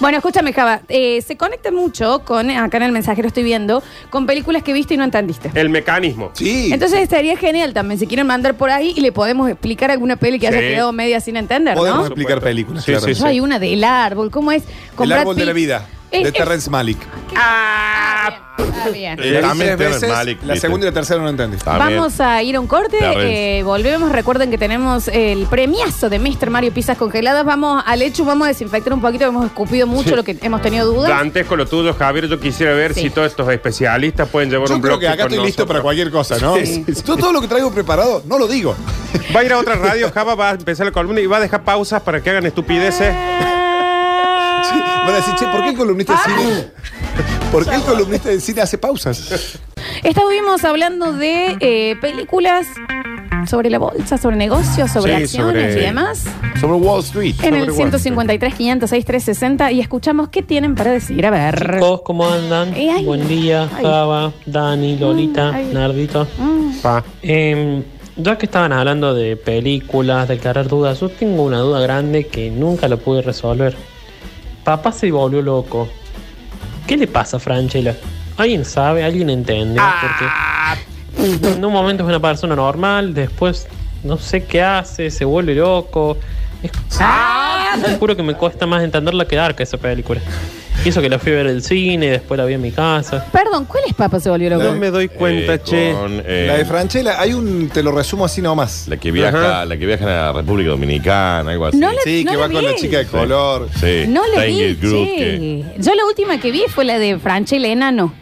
[SPEAKER 1] Bueno, escúchame, Java. eh, se conecta mucho con, acá en el mensajero estoy viendo, con películas que viste y no entendiste.
[SPEAKER 2] El mecanismo.
[SPEAKER 3] Sí.
[SPEAKER 1] Entonces estaría genial también, si quieren mandar por ahí y le podemos explicar alguna peli que haya
[SPEAKER 2] Sí.
[SPEAKER 1] quedado media sin entender,
[SPEAKER 3] podemos
[SPEAKER 1] ¿no?
[SPEAKER 3] explicar películas.
[SPEAKER 2] Sí,
[SPEAKER 3] claro.
[SPEAKER 2] sí,
[SPEAKER 1] Yo hay una del árbol, ¿cómo es? Con
[SPEAKER 3] El
[SPEAKER 1] Brad
[SPEAKER 3] árbol de
[SPEAKER 1] Pitt.
[SPEAKER 3] la vida.
[SPEAKER 1] Eh,
[SPEAKER 3] de
[SPEAKER 1] eh.
[SPEAKER 3] Terrence Malick.
[SPEAKER 2] Ah,
[SPEAKER 1] Está bien.
[SPEAKER 4] Eh,
[SPEAKER 3] La vi
[SPEAKER 4] también
[SPEAKER 3] tres
[SPEAKER 4] Terrence
[SPEAKER 3] veces,
[SPEAKER 4] Malick,
[SPEAKER 3] la
[SPEAKER 4] viste.
[SPEAKER 3] segunda y la tercera no la entendí.
[SPEAKER 4] También.
[SPEAKER 1] Vamos a ir a un corte,
[SPEAKER 4] Terrence.
[SPEAKER 1] eh, volvemos, recuerden que tenemos el premiazo de Mr. Mario Pizzas Congeladas, vamos al hecho, vamos a desinfectar un poquito, hemos escupido mucho
[SPEAKER 2] Sí.
[SPEAKER 1] lo que hemos tenido dudas.
[SPEAKER 2] Ah. antes con lo tuyo, Javier, yo quisiera ver
[SPEAKER 1] Sí.
[SPEAKER 2] si todos estos especialistas pueden llevar
[SPEAKER 3] Yo
[SPEAKER 2] un
[SPEAKER 3] creo
[SPEAKER 2] bloque
[SPEAKER 3] que acá
[SPEAKER 2] con
[SPEAKER 3] estoy listo
[SPEAKER 2] nosotros.
[SPEAKER 3] para cualquier cosa, ¿no?
[SPEAKER 2] Sí, sí, sí.
[SPEAKER 3] Yo todo lo que traigo preparado no lo digo.
[SPEAKER 2] Va a ir a otra radio, Java va a empezar la columna y va a dejar pausas para que hagan estupideces.
[SPEAKER 3] Van a decir, che, ¿por qué el columnista de
[SPEAKER 1] Ah.
[SPEAKER 3] cine? ¿Por qué el columnista de cine hace pausas?
[SPEAKER 1] Estuvimos hablando de eh, películas sobre la bolsa, sobre negocios, sobre
[SPEAKER 2] Sí,
[SPEAKER 1] acciones
[SPEAKER 2] sobre-
[SPEAKER 1] y demás.
[SPEAKER 4] Sobre Wall Street.
[SPEAKER 1] En el
[SPEAKER 2] Sobre Wall Street.
[SPEAKER 1] 153, 506, 360 y escuchamos qué tienen para decir. A ver.
[SPEAKER 5] Chicos, ¿cómo andan?
[SPEAKER 1] Eh, ay.
[SPEAKER 5] Buen día,
[SPEAKER 1] Ay.
[SPEAKER 5] Java, Dani, Lolita,
[SPEAKER 1] Mm, ay.
[SPEAKER 5] Nardito.
[SPEAKER 1] Mm,
[SPEAKER 2] Pa.
[SPEAKER 5] Em, ya que estaban hablando de películas, de aclarar dudas, yo tengo una duda grande que nunca la pude resolver. Papá se volvió loco. ¿Qué le pasa a Franchella? ¿Alguien sabe? ¿Alguien entiende? Porque en un momento es una persona normal, después no sé qué hace, se vuelve loco. Es te juro que me cuesta más entenderla que Dark esa película. Y eso que la fui a ver el cine, después la vi en mi casa.
[SPEAKER 1] Perdón, ¿cuál es Papa se volvió
[SPEAKER 2] No
[SPEAKER 1] loco?
[SPEAKER 2] me doy cuenta,
[SPEAKER 4] Eh,
[SPEAKER 2] che.
[SPEAKER 4] con, eh,
[SPEAKER 3] La de Franchella, hay un, te lo resumo así nomás.
[SPEAKER 4] La que viaja,
[SPEAKER 2] Ajá.
[SPEAKER 4] la que viaja a la República Dominicana, algo así.
[SPEAKER 1] No la-
[SPEAKER 3] Sí, que
[SPEAKER 1] no
[SPEAKER 3] va
[SPEAKER 1] la
[SPEAKER 3] con la
[SPEAKER 1] vi.
[SPEAKER 3] chica de
[SPEAKER 4] Sí.
[SPEAKER 3] color.
[SPEAKER 4] Sí.
[SPEAKER 1] No le vi.
[SPEAKER 4] Tangled Group,
[SPEAKER 1] che.
[SPEAKER 4] que,
[SPEAKER 1] Yo la última que vi fue la de Franchella Enano.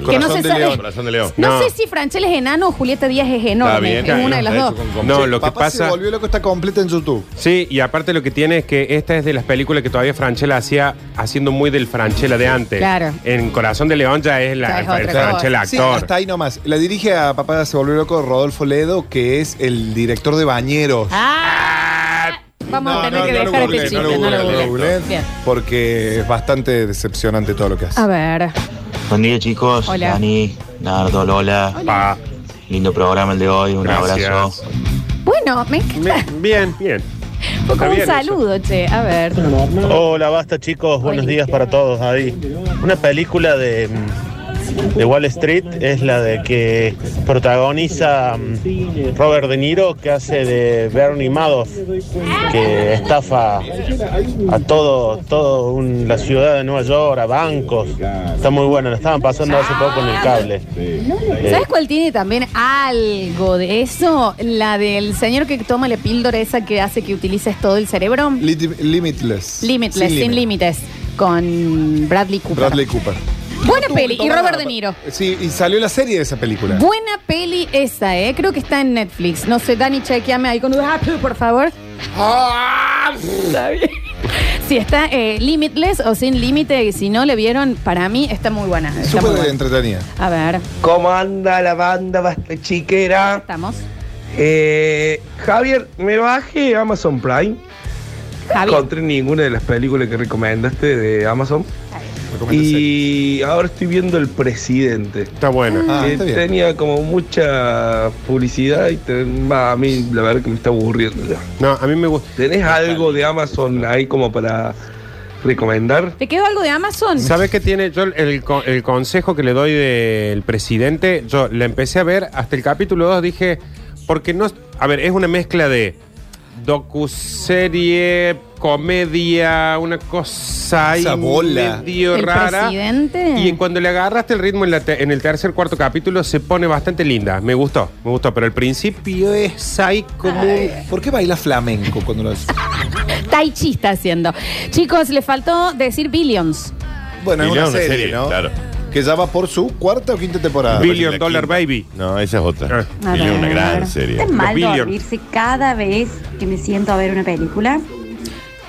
[SPEAKER 3] Que no se
[SPEAKER 4] Corazón de
[SPEAKER 3] sabe.
[SPEAKER 4] León, Corazón de León.
[SPEAKER 1] No,
[SPEAKER 2] No.
[SPEAKER 1] sé si Franchella es enano o Julieta Díaz es
[SPEAKER 4] Está
[SPEAKER 1] enorme. es
[SPEAKER 4] bien, está
[SPEAKER 1] una de
[SPEAKER 4] bien.
[SPEAKER 1] las
[SPEAKER 4] Está
[SPEAKER 1] dos.
[SPEAKER 4] hecho con-
[SPEAKER 2] No,
[SPEAKER 4] con-
[SPEAKER 2] lo que
[SPEAKER 3] Papá
[SPEAKER 2] pasa-
[SPEAKER 3] se volvió loco, está completa en YouTube.
[SPEAKER 2] Sí, y aparte lo que tiene es que esta es de las películas que todavía Franchella hacía haciendo muy del Franchella de antes.
[SPEAKER 1] Claro.
[SPEAKER 2] En Corazón de León ya es, la,
[SPEAKER 1] Ya es otra
[SPEAKER 2] el
[SPEAKER 1] cosa.
[SPEAKER 2] Franchella
[SPEAKER 3] Sí,
[SPEAKER 2] actor.
[SPEAKER 3] hasta ahí nomás. La dirige a Papá se volvió loco Rodolfo Ledo, que es el director de Bañeros.
[SPEAKER 1] Ah, vamos
[SPEAKER 3] No,
[SPEAKER 1] a tener
[SPEAKER 3] no,
[SPEAKER 1] que
[SPEAKER 3] no lo
[SPEAKER 1] dejar
[SPEAKER 3] googleé,
[SPEAKER 1] este chiste.
[SPEAKER 3] no lo
[SPEAKER 1] no lo
[SPEAKER 3] googleé, no lo
[SPEAKER 1] googleé.
[SPEAKER 3] googleé,
[SPEAKER 1] Bien.
[SPEAKER 3] Porque es bastante decepcionante todo lo que hace.
[SPEAKER 1] A ver.
[SPEAKER 6] Buen día chicos,
[SPEAKER 1] Hola.
[SPEAKER 6] Dani, Nardo, Lola,
[SPEAKER 2] Pa.
[SPEAKER 6] lindo programa el de hoy, un
[SPEAKER 2] Gracias.
[SPEAKER 6] abrazo.
[SPEAKER 1] Bueno, me encanta.
[SPEAKER 2] Me- Bien, bien.
[SPEAKER 1] Fue
[SPEAKER 2] Está
[SPEAKER 1] como un
[SPEAKER 2] bien eso.
[SPEAKER 1] saludo, che. A ver.
[SPEAKER 7] Hola, basta chicos, buenos días para todos ahí. Una película de, mm, de Wall Street es la de que protagoniza mm, Robert De Niro, que hace de Bernie Madoff, que estafa a todo, todo un- la ciudad de Nueva York, a bancos. Está muy buena, la estaban pasando hace poco en el cable.
[SPEAKER 1] ¿Sabes cuál tiene también algo de eso? La del señor que toma la píldora esa que hace que utilices todo el cerebro.
[SPEAKER 3] Lit- Limitless.
[SPEAKER 1] Limitless, sin,
[SPEAKER 3] límite.
[SPEAKER 1] límites. Con Bradley Cooper.
[SPEAKER 3] Bradley Cooper.
[SPEAKER 1] Buena
[SPEAKER 3] Tú-
[SPEAKER 1] peli. Y
[SPEAKER 3] toma
[SPEAKER 1] Robert
[SPEAKER 3] la-
[SPEAKER 1] De Niro.
[SPEAKER 3] Sí, y salió la serie de esa película.
[SPEAKER 1] Buena peli esa, ¿eh? Creo que está en Netflix. No sé, Dani, chequeame ahí con un Apple, por favor.
[SPEAKER 3] Ah.
[SPEAKER 1] Está bien. Si está eh, Limitless o Sin Límite, y si no le vieron, para mí está muy buena. Está muy
[SPEAKER 3] Súper
[SPEAKER 1] buena.
[SPEAKER 3] entretenida.
[SPEAKER 1] A ver,
[SPEAKER 8] ¿Cómo anda la banda basta chiquera?
[SPEAKER 1] estamos.
[SPEAKER 8] Eh, Javier, me bajé Amazon Prime. No
[SPEAKER 1] Javi.
[SPEAKER 8] encontré ninguna de las películas que recomendaste de Amazon. Y ahora estoy viendo El Presidente.
[SPEAKER 2] Está buena.
[SPEAKER 3] Ah,
[SPEAKER 8] que
[SPEAKER 3] está bien.
[SPEAKER 8] tenía como mucha publicidad y te- va, a mí la verdad que me está aburriendo ya.
[SPEAKER 2] No, a mí me gusta.
[SPEAKER 8] ¿Tenés algo de Amazon ahí como para recomendar?
[SPEAKER 1] ¿Te quedó algo de Amazon?
[SPEAKER 2] ¿Sabes qué tiene? Yo el, co- el consejo que le doy del presidente, yo la empecé a ver hasta el capítulo 2, dije, porque no... A ver, es una mezcla de docuserie, comedia, una cosa ahí
[SPEAKER 3] Esa bola.
[SPEAKER 2] medio
[SPEAKER 1] ¿El
[SPEAKER 2] rara.
[SPEAKER 1] presidente?
[SPEAKER 2] Y cuando le agarraste el ritmo en, la te- en el tercer, cuarto capítulo, se pone bastante linda. Me gustó, me gustó, pero el principio es ahí como...
[SPEAKER 3] ¿Por qué baila flamenco cuando lo hace?
[SPEAKER 1] Tai Chi está haciendo. Chicos, le faltó decir Billions.
[SPEAKER 3] Bueno, es
[SPEAKER 4] Y
[SPEAKER 3] una
[SPEAKER 4] León, una
[SPEAKER 3] serie,
[SPEAKER 4] serie,
[SPEAKER 3] ¿no?
[SPEAKER 4] claro.
[SPEAKER 3] Que ya va por su cuarta o Ah, quinta temporada.
[SPEAKER 2] Billy- Billion
[SPEAKER 4] La
[SPEAKER 2] Dollar
[SPEAKER 4] quinta.
[SPEAKER 2] Baby.
[SPEAKER 4] No, esa es otra.
[SPEAKER 2] Eh.
[SPEAKER 1] A
[SPEAKER 4] Billion, una
[SPEAKER 1] ver.
[SPEAKER 4] gran serie.
[SPEAKER 9] Es mal
[SPEAKER 2] Billion.
[SPEAKER 9] dormirse cada vez que me siento a ver una película.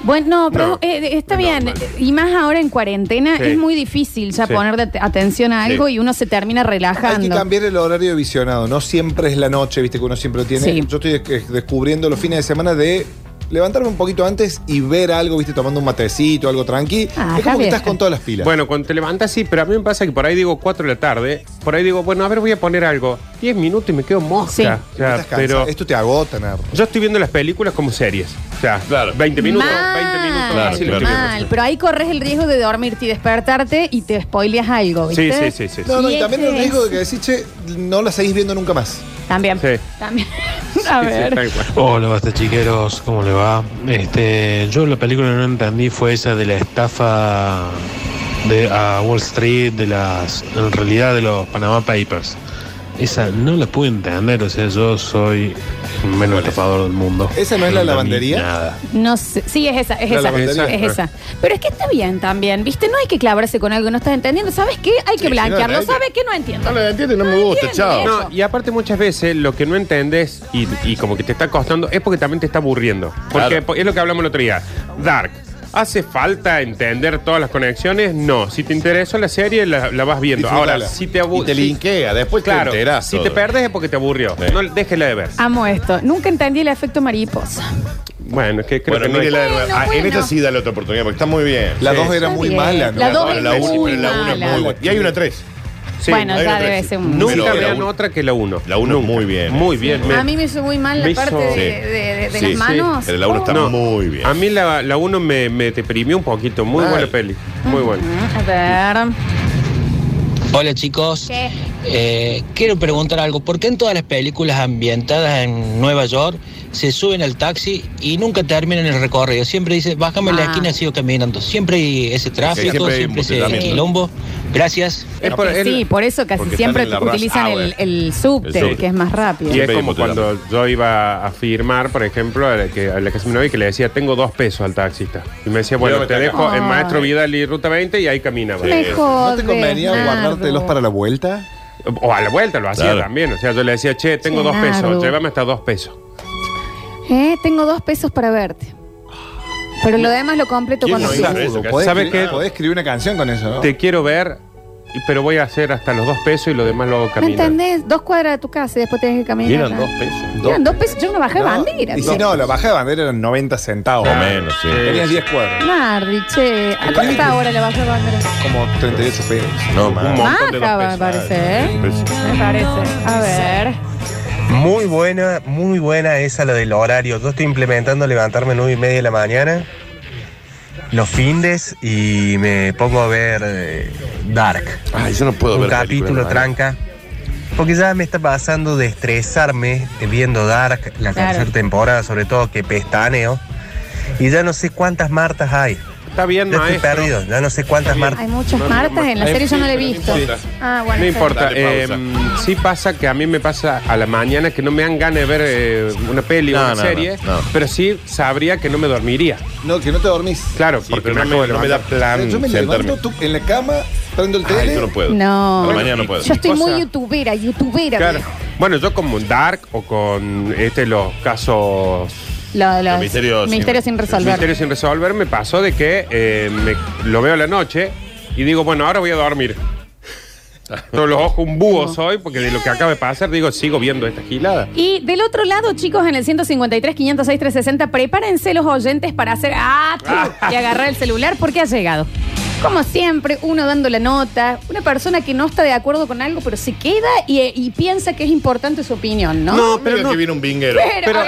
[SPEAKER 1] Bueno, pero
[SPEAKER 2] No,
[SPEAKER 1] eh, está
[SPEAKER 2] es
[SPEAKER 1] bien.
[SPEAKER 2] normal.
[SPEAKER 1] Y más ahora en cuarentena
[SPEAKER 2] Sí.
[SPEAKER 1] es muy difícil ya
[SPEAKER 2] Sí.
[SPEAKER 1] poner de- atención a algo
[SPEAKER 4] Sí.
[SPEAKER 1] y uno se termina
[SPEAKER 3] Hay que
[SPEAKER 1] relajando.
[SPEAKER 3] cambiar el horario de visionado. No siempre es la noche, viste, que uno siempre lo tiene.
[SPEAKER 1] Sí.
[SPEAKER 3] Yo estoy des- descubriendo los fines de semana de levantarme un poquito antes y ver algo, viste, tomando un matecito, algo
[SPEAKER 1] Ah,
[SPEAKER 3] tranqui. es como que
[SPEAKER 1] Javier.
[SPEAKER 3] estás con todas las pilas.
[SPEAKER 2] Bueno, cuando te levantas, sí, pero a mí me pasa que por ahí digo 4 de la tarde, por ahí digo, bueno, a ver, voy a poner algo. 10 minutos y me quedo mosca.
[SPEAKER 1] Sí.
[SPEAKER 2] O sea,
[SPEAKER 3] Estás cansado.
[SPEAKER 2] pero
[SPEAKER 3] Esto te agota, Nardo.
[SPEAKER 2] yo estoy viendo las películas como series. O sea,
[SPEAKER 4] Claro.
[SPEAKER 2] 20 minutos,
[SPEAKER 1] mal,
[SPEAKER 2] 20 minutos.
[SPEAKER 4] Claro,
[SPEAKER 2] así lo
[SPEAKER 4] claro.
[SPEAKER 2] estoy viendo.
[SPEAKER 1] mal. Pero ahí corres el riesgo de dormirte y despertarte y te spoileas algo,
[SPEAKER 2] Sí,
[SPEAKER 1] Ah, ¿viste?
[SPEAKER 2] sí, sí, sí. sí.
[SPEAKER 3] No, no, y
[SPEAKER 1] Sí,
[SPEAKER 3] también
[SPEAKER 1] ese
[SPEAKER 3] el riesgo de
[SPEAKER 1] es.
[SPEAKER 3] que decís, che, no la seguís viendo nunca más.
[SPEAKER 1] También.
[SPEAKER 2] Sí.
[SPEAKER 1] También. A
[SPEAKER 2] Sí, sí,
[SPEAKER 1] ver.
[SPEAKER 2] tal cual.
[SPEAKER 10] Hola, basta chiqueros, ¿cómo le va? Este, yo la película que no entendí fue esa de la estafa de a Wall Street, de las, en realidad de los Panama Papers. Esa no la pude entender, o sea, yo soy el menos estafador del mundo.
[SPEAKER 3] ¿Esa no es la
[SPEAKER 10] entendí
[SPEAKER 3] lavandería?
[SPEAKER 10] Nada.
[SPEAKER 1] No sé. Sí, es esa, es
[SPEAKER 10] La
[SPEAKER 1] esa.
[SPEAKER 10] lavandería.
[SPEAKER 1] Es esa. Pero es que está bien también, ¿viste? No hay que clavarse con algo que no estás entendiendo. ¿Sabes qué? Hay que
[SPEAKER 2] Sí,
[SPEAKER 1] blanquearlo.
[SPEAKER 2] no, no,
[SPEAKER 1] ¿Sabes qué? No entiendo.
[SPEAKER 4] No lo entiendo, no me
[SPEAKER 1] gusta, chao.
[SPEAKER 2] No, y aparte muchas veces lo que no entendés y, y como que te está costando es porque también te está aburriendo. Porque
[SPEAKER 4] Claro.
[SPEAKER 2] po- es lo que hablamos el otro día. Dark. ¿Hace falta entender todas las conexiones? No. Si te interesó la serie, la, la vas viendo.
[SPEAKER 4] Disfrutala.
[SPEAKER 2] Ahora, si te aburre.
[SPEAKER 4] Y te linkea, después Pues te
[SPEAKER 2] claro,
[SPEAKER 4] enterás
[SPEAKER 2] Si te
[SPEAKER 4] todo.
[SPEAKER 2] perdés es porque te aburrió. No, déjela de ver.
[SPEAKER 1] Amo esto. Nunca entendí el efecto mariposa.
[SPEAKER 2] Bueno, es que creo
[SPEAKER 4] Bueno,
[SPEAKER 2] que no hay-
[SPEAKER 4] mire la de nuevo.
[SPEAKER 1] Bueno,
[SPEAKER 4] Ah, En
[SPEAKER 1] bueno.
[SPEAKER 4] esta sí dale otra oportunidad, porque está muy bien.
[SPEAKER 3] La
[SPEAKER 4] Sí.
[SPEAKER 3] dos era muy
[SPEAKER 1] bien.
[SPEAKER 3] mala, ¿no?
[SPEAKER 1] La dos
[SPEAKER 4] Bueno,
[SPEAKER 1] es
[SPEAKER 4] la uno,
[SPEAKER 1] muy
[SPEAKER 4] pero la uno es
[SPEAKER 1] mala.
[SPEAKER 4] muy buena. Y hay una tres.
[SPEAKER 2] Sí.
[SPEAKER 1] bueno,
[SPEAKER 4] hay
[SPEAKER 1] ya
[SPEAKER 4] una
[SPEAKER 1] debe
[SPEAKER 4] tres.
[SPEAKER 1] ser un.
[SPEAKER 2] Nunca
[SPEAKER 4] Pero la
[SPEAKER 2] vean
[SPEAKER 4] uno-
[SPEAKER 2] otra que la 1.
[SPEAKER 4] La uno es muy bien.
[SPEAKER 2] Muy bien.
[SPEAKER 1] A mí me hizo muy mal la
[SPEAKER 2] Me
[SPEAKER 1] parte
[SPEAKER 2] hizo-
[SPEAKER 1] de,
[SPEAKER 2] Sí.
[SPEAKER 1] de- de- de
[SPEAKER 4] Sí,
[SPEAKER 1] las manos. Oh.
[SPEAKER 4] Pero la 1 está
[SPEAKER 2] No.
[SPEAKER 4] muy bien.
[SPEAKER 2] A mí la, la 1 me, me deprimió un poquito. Muy
[SPEAKER 4] Mal.
[SPEAKER 2] buena peli. Muy buena.
[SPEAKER 1] Mm, A ver.
[SPEAKER 11] Hola chicos,
[SPEAKER 1] ¿Qué?
[SPEAKER 11] Eh, quiero preguntar algo. ¿Por qué en todas las películas ambientadas en Nueva York se suben al taxi y nunca terminan el recorrido? Siempre dice, bájame en la
[SPEAKER 1] Ah.
[SPEAKER 11] esquina, sigo caminando. Siempre hay ese tráfico,
[SPEAKER 4] siempre hay
[SPEAKER 11] siempre, ese
[SPEAKER 4] embotellamiento.
[SPEAKER 11] quilombo. Gracias.
[SPEAKER 2] Es por- es-
[SPEAKER 1] sí, por eso casi
[SPEAKER 4] porque
[SPEAKER 1] siempre
[SPEAKER 4] están en la
[SPEAKER 1] utilizan
[SPEAKER 4] raza,
[SPEAKER 1] el,
[SPEAKER 4] a ver.
[SPEAKER 1] el subte,
[SPEAKER 4] El subte.
[SPEAKER 1] que es más rápido.
[SPEAKER 2] Y es
[SPEAKER 4] Siempre hay
[SPEAKER 2] como cuando
[SPEAKER 4] motivación.
[SPEAKER 2] yo iba a firmar, por ejemplo, a la que, a la que se me novia, que le decía, tengo dos pesos al taxista. Y me decía, bueno,
[SPEAKER 4] Llévate
[SPEAKER 2] te
[SPEAKER 4] acá.
[SPEAKER 2] dejo en
[SPEAKER 1] Ay.
[SPEAKER 2] Maestro Vidal y Ruta 20 y ahí caminaba.
[SPEAKER 4] Sí.
[SPEAKER 1] Me
[SPEAKER 4] ¿No te
[SPEAKER 3] ¿No te
[SPEAKER 1] jodes,
[SPEAKER 3] convenía
[SPEAKER 1] Nardo.
[SPEAKER 3] guardártelos para la vuelta?
[SPEAKER 2] O a la vuelta lo hacía
[SPEAKER 4] Claro.
[SPEAKER 2] también. O sea, yo le decía, che, tengo dos
[SPEAKER 1] Leonardo.
[SPEAKER 2] pesos, llévame hasta dos pesos.
[SPEAKER 1] Eh, tengo dos pesos para verte. Pero lo demás lo completo
[SPEAKER 4] ¿Quién
[SPEAKER 1] con
[SPEAKER 4] no
[SPEAKER 1] los
[SPEAKER 4] hizo
[SPEAKER 1] cinco.
[SPEAKER 4] eso?
[SPEAKER 3] Podés
[SPEAKER 2] ¿Sabe
[SPEAKER 3] escribir-
[SPEAKER 2] qué?
[SPEAKER 3] Podés escribir una canción con eso, ¿no?
[SPEAKER 2] Te quiero ver, y- pero voy a hacer hasta los dos pesos y lo demás lo hago
[SPEAKER 1] ¿Me
[SPEAKER 2] caminando.
[SPEAKER 1] entendés? Dos cuadras de tu casa y después tenés que caminar.
[SPEAKER 4] Y eran dos pesos.
[SPEAKER 1] Eran dos pesos. Yo no bajé bandera.
[SPEAKER 3] Y si no, la baja de bandera eran 90 centavos.
[SPEAKER 4] O menos, sí.
[SPEAKER 1] Eh,
[SPEAKER 3] Tenías 10 cuadras.
[SPEAKER 1] Nardi, che. ¿A cuánto está ahora la bajé bandera?
[SPEAKER 3] Como 38 pesos.
[SPEAKER 4] No, más. Pues,
[SPEAKER 2] montón de
[SPEAKER 1] Baja,
[SPEAKER 2] dos pesos.
[SPEAKER 1] me parece, ¿eh? Me parece. A ver.
[SPEAKER 12] Muy buena, muy buena esa la del horario. Yo estoy implementando levantarme a 9 y media de la mañana, los findes y me pongo a ver eh, Dark.
[SPEAKER 4] Ay, Ah, yo no puedo
[SPEAKER 12] un
[SPEAKER 4] ver
[SPEAKER 12] capítulo
[SPEAKER 4] películas,
[SPEAKER 12] tranca. Porque ya me está pasando de estresarme eh, viendo Dark, la
[SPEAKER 1] Claro.
[SPEAKER 12] tercera temporada, sobre todo que pestaneo. Y ya no sé cuántas Martas hay.
[SPEAKER 2] Está bien, eh?
[SPEAKER 12] Ya estoy
[SPEAKER 2] maestro.
[SPEAKER 12] perdido, ya no sé cuántas Martas.
[SPEAKER 1] Hay muchas martas en la
[SPEAKER 4] Hay-
[SPEAKER 1] serie, yo no la he
[SPEAKER 4] sí,
[SPEAKER 1] visto.
[SPEAKER 4] no importa.
[SPEAKER 1] Ah, bueno. está
[SPEAKER 2] No importa.
[SPEAKER 4] Dale,
[SPEAKER 2] eh,
[SPEAKER 4] pausa.
[SPEAKER 2] sí pasa que a mí me pasa a la mañana que no me dan ganas de ver eh, una peli o
[SPEAKER 4] No,
[SPEAKER 2] una
[SPEAKER 4] no,
[SPEAKER 2] serie,
[SPEAKER 4] no, no.
[SPEAKER 2] pero sí sabría que no me dormiría.
[SPEAKER 3] No, que no te dormís.
[SPEAKER 2] Claro,
[SPEAKER 4] Sí,
[SPEAKER 2] porque
[SPEAKER 4] pero
[SPEAKER 2] me
[SPEAKER 4] no
[SPEAKER 2] acabo
[SPEAKER 4] me,
[SPEAKER 2] de
[SPEAKER 4] no me da
[SPEAKER 2] levantar.
[SPEAKER 4] plan
[SPEAKER 3] Yo me
[SPEAKER 4] sentarme.
[SPEAKER 3] levanto tú, en la cama, prendo el
[SPEAKER 4] Ay,
[SPEAKER 3] tele.
[SPEAKER 4] yo no puedo.
[SPEAKER 1] No.
[SPEAKER 4] A la
[SPEAKER 1] Bueno,
[SPEAKER 4] mañana no puedo.
[SPEAKER 1] Yo estoy muy
[SPEAKER 2] Cosa-
[SPEAKER 1] youtubera, youtubera.
[SPEAKER 2] Claro.
[SPEAKER 1] viejo.
[SPEAKER 2] Bueno, yo como Dark o con este los casos
[SPEAKER 1] Lo de los
[SPEAKER 4] Los misterios sin-
[SPEAKER 1] misterios sin resolver.
[SPEAKER 2] misterios sin resolver me pasó de que eh, me- lo veo a la noche y digo, bueno, ahora voy a dormir. Con los ojos un búho soy, porque de lo que acaba de pasar, digo, sigo viendo esta gilada.
[SPEAKER 1] Y del otro lado, chicos, en el 153, 506, 360, prepárense los oyentes para hacer ¡ah! y agarrar el celular porque ha llegado. Como siempre, uno dando la nota, una persona que no está de acuerdo con algo, pero se queda y, y piensa que es importante su opinión, ¿no?
[SPEAKER 2] No,
[SPEAKER 4] Pero no. que viene un binguero.
[SPEAKER 2] pero-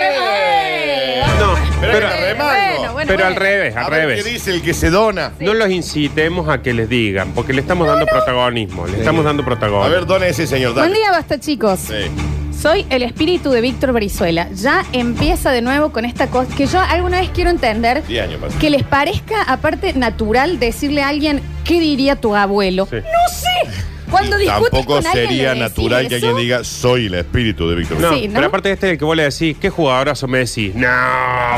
[SPEAKER 1] ¡eh!
[SPEAKER 2] No,
[SPEAKER 4] Pero,
[SPEAKER 2] pero,
[SPEAKER 4] remando.
[SPEAKER 1] bueno,
[SPEAKER 2] pero al
[SPEAKER 1] bueno.
[SPEAKER 2] revés, al
[SPEAKER 4] A ver
[SPEAKER 2] revés.
[SPEAKER 4] ¿Qué dice el que se dona?
[SPEAKER 2] No los incitemos a que les digan, porque le estamos dando protagonismo. Le estamos dando protagonismo.
[SPEAKER 4] A ver, dona ese señor.
[SPEAKER 1] Buen
[SPEAKER 4] dale.
[SPEAKER 1] día, basta, chicos.
[SPEAKER 4] Sí.
[SPEAKER 1] Soy el espíritu de Víctor Brizuela. Ya empieza de nuevo con esta cosa que yo alguna vez quiero entender.
[SPEAKER 4] 10 años pasan.
[SPEAKER 1] Que les parezca, aparte, natural decirle a alguien qué diría tu abuelo.
[SPEAKER 2] Sí.
[SPEAKER 1] No sé. Cuando
[SPEAKER 4] Y
[SPEAKER 1] discutes
[SPEAKER 4] Tampoco
[SPEAKER 1] con alguien,
[SPEAKER 4] sería
[SPEAKER 1] ¿le decís
[SPEAKER 4] natural que
[SPEAKER 1] eso?
[SPEAKER 4] alguien diga soy el espíritu de Víctor.
[SPEAKER 2] No,
[SPEAKER 1] Sí, ¿no?
[SPEAKER 2] pero aparte de este, el que vos le decís, ¿qué jugadorazo Messi? No,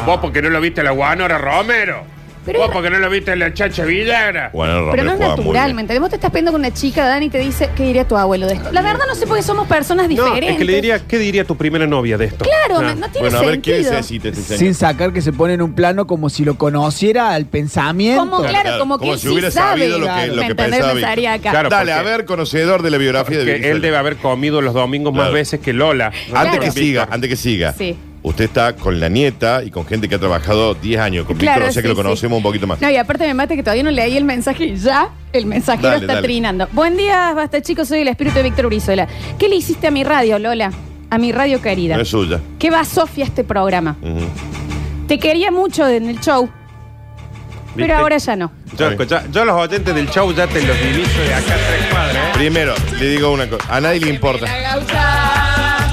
[SPEAKER 2] vos porque no lo viste a la Guanora Romero.
[SPEAKER 1] Pero
[SPEAKER 2] vos
[SPEAKER 1] era-
[SPEAKER 2] porque no lo viste a la Chacha Villagra.
[SPEAKER 4] Bueno, Romero
[SPEAKER 1] Pero no es
[SPEAKER 4] juega muy
[SPEAKER 1] natural,
[SPEAKER 4] bien.
[SPEAKER 1] ¿me entendés? Vos te estás peleando con una chica, Dani, y te dice qué diría tu abuelo de esto. La verdad no sé porque somos personas
[SPEAKER 2] No,
[SPEAKER 1] diferentes.
[SPEAKER 2] es que le diría, ¿qué diría tu primera novia de esto?
[SPEAKER 1] Claro,
[SPEAKER 2] Ah.
[SPEAKER 1] no, no tiene
[SPEAKER 4] Bueno, a ver qué
[SPEAKER 1] sentido.
[SPEAKER 4] necesita este señor.
[SPEAKER 13] Sin sacar que se pone en un plano como si lo conociera al pensamiento.
[SPEAKER 1] Como, claro,
[SPEAKER 4] Claro,
[SPEAKER 1] como que
[SPEAKER 4] como
[SPEAKER 1] él
[SPEAKER 4] si
[SPEAKER 1] sí
[SPEAKER 4] hubiera
[SPEAKER 1] sabe,
[SPEAKER 4] sabido lo que- lo
[SPEAKER 1] ¿me
[SPEAKER 4] que
[SPEAKER 1] entendés?
[SPEAKER 4] pensaba
[SPEAKER 1] Pensaría acá.
[SPEAKER 2] Claro,
[SPEAKER 4] Dale, a
[SPEAKER 2] porque-
[SPEAKER 4] ver, conocedor de la biografía de
[SPEAKER 2] Que
[SPEAKER 4] Víctor.
[SPEAKER 2] él debe haber comido los domingos más
[SPEAKER 4] Claro.
[SPEAKER 2] veces que Lola.
[SPEAKER 4] Antes
[SPEAKER 1] Claro.
[SPEAKER 4] que siga, antes que siga.
[SPEAKER 1] Sí.
[SPEAKER 4] Usted está con la nieta y con gente que ha trabajado 10 años con Víctor, o sea
[SPEAKER 1] sí,
[SPEAKER 4] que lo conocemos
[SPEAKER 1] sí.
[SPEAKER 4] un poquito más.
[SPEAKER 1] No, y aparte me mate que todavía no leí el mensaje y ya el mensajero
[SPEAKER 4] Dale,
[SPEAKER 1] está
[SPEAKER 4] dale.
[SPEAKER 1] trinando. Buen día, basta chicos, soy el espíritu de Víctor Brizuela. ¿Qué le hiciste a mi radio, Lola? A mi radio querida.
[SPEAKER 4] No es suya.
[SPEAKER 1] ¿Qué va Sofía este programa?
[SPEAKER 4] Ujú.
[SPEAKER 1] Te quería mucho en el show, pero ahora ya no.
[SPEAKER 2] Yo, yo- yo los oyentes del show ya te los diviso de acá a tres cuadras. ¿eh?
[SPEAKER 4] Primero, le digo una cosa. A nadie le importa.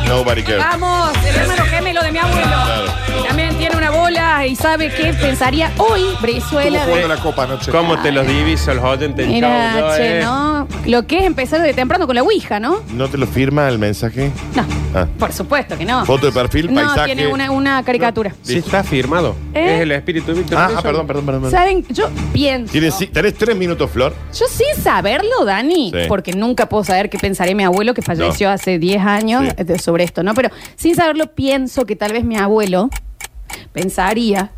[SPEAKER 4] Nobody cares.
[SPEAKER 1] Ah. Vamos, el hermano gemelo de mi abuelo.
[SPEAKER 4] Claro.
[SPEAKER 1] También tiene una voz bola y sabe qué pensaría hoy Brizuela.
[SPEAKER 2] Estuvo
[SPEAKER 1] de-
[SPEAKER 2] jugando la copa anoche. ¿Cómo te los diviso los oyentes?
[SPEAKER 1] Mira,
[SPEAKER 2] Chau,
[SPEAKER 1] che,
[SPEAKER 2] eh.
[SPEAKER 1] ¿no? Lo que es empezar de temprano con la Ouija, ¿no?
[SPEAKER 4] ¿No te lo firma el mensaje?
[SPEAKER 1] No.
[SPEAKER 4] Ah.
[SPEAKER 1] Por supuesto que no.
[SPEAKER 4] Foto de perfil,
[SPEAKER 1] No,
[SPEAKER 4] paisaje.
[SPEAKER 1] tiene una, una caricatura.
[SPEAKER 2] Sí, está firmado.
[SPEAKER 1] ¿Eh?
[SPEAKER 2] Es el espíritu de Víctor.
[SPEAKER 4] Ah,
[SPEAKER 2] Manuel.
[SPEAKER 4] ah, perdón, perdón, perdón. perdón.
[SPEAKER 1] ¿Saben? Yo pienso.
[SPEAKER 4] Tienes, sí, tenés tres minutos, Flor.
[SPEAKER 1] Yo sin saberlo, Dani,
[SPEAKER 4] Sí.
[SPEAKER 1] porque nunca puedo saber qué pensaría mi abuelo, que falleció
[SPEAKER 4] No.
[SPEAKER 1] hace 10 años
[SPEAKER 4] Sí.
[SPEAKER 1] eh, de- sobre esto, ¿no? Pero sin saberlo, pienso que tal vez mi abuelo pensaría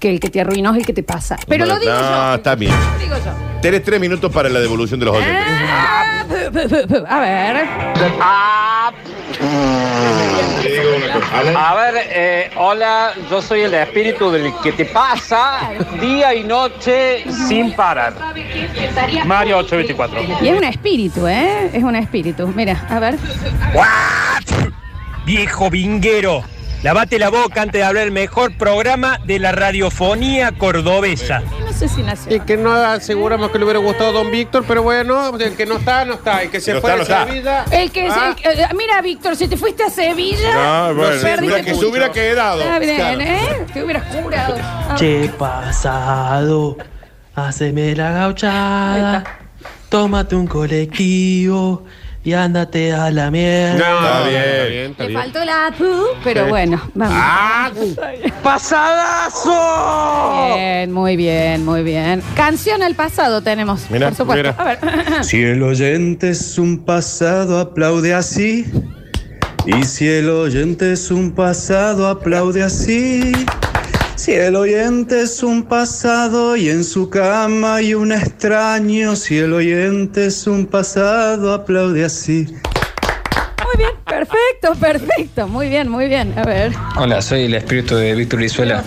[SPEAKER 1] que el que te arruinó es el que te pasa. Pero lo digo
[SPEAKER 4] no,
[SPEAKER 1] yo.
[SPEAKER 4] está bien.
[SPEAKER 1] lo digo yo.
[SPEAKER 4] Tenés tres minutos para la devolución de los oyentes.
[SPEAKER 1] Ah, pu, pu, pu, pu. A ver.
[SPEAKER 14] A ver, eh, hola, yo soy el espíritu del que te pasa día y noche sin parar. Mario 824.
[SPEAKER 1] Y es un espíritu, ¿eh? Es un espíritu. Mira, a ver.
[SPEAKER 14] Viejo vinguero, lavate la boca antes de hablar el mejor programa de la radiofonía cordobesa.
[SPEAKER 1] No sé si nació.
[SPEAKER 2] Y que no aseguramos que le hubiera gustado a Don Víctor, pero bueno, el que no está, no está. El que se
[SPEAKER 4] No
[SPEAKER 2] fue
[SPEAKER 4] está,
[SPEAKER 2] de esa
[SPEAKER 4] no está.
[SPEAKER 2] vida.
[SPEAKER 1] El que es
[SPEAKER 15] Ah.
[SPEAKER 1] el- eh, mira, Víctor, si te fuiste a Sevilla.
[SPEAKER 4] No, Ah, bueno,
[SPEAKER 1] perdiste
[SPEAKER 4] mira que se
[SPEAKER 1] mucho.
[SPEAKER 4] hubiera quedado.
[SPEAKER 1] Está bien,
[SPEAKER 4] Claro.
[SPEAKER 1] ¿eh? Te hubieras Ah, curado. A ver.
[SPEAKER 5] Che, pasado, haceme la gauchada, tómate un colectivo y ándate a la mierda.
[SPEAKER 2] Está bien, está bien, está
[SPEAKER 1] Le
[SPEAKER 2] bien.
[SPEAKER 1] faltó la pu, pero
[SPEAKER 2] Sí.
[SPEAKER 1] bueno, vamos.
[SPEAKER 14] ¡Pasadazo!
[SPEAKER 1] Bien, muy bien, muy bien. Canción al pasado tenemos,
[SPEAKER 16] Mira,
[SPEAKER 1] por supuesto.
[SPEAKER 16] mira.
[SPEAKER 1] A ver.
[SPEAKER 16] Si el oyente es un pasado, aplaude así. Y si el oyente es un pasado, aplaude así. Si el oyente es un pasado y en su cama hay un extraño, si el oyente es un pasado, aplaude así.
[SPEAKER 1] Muy bien, perfecto, perfecto. Muy bien, muy bien. A ver.
[SPEAKER 17] Hola, soy el espíritu de Víctor Izuela.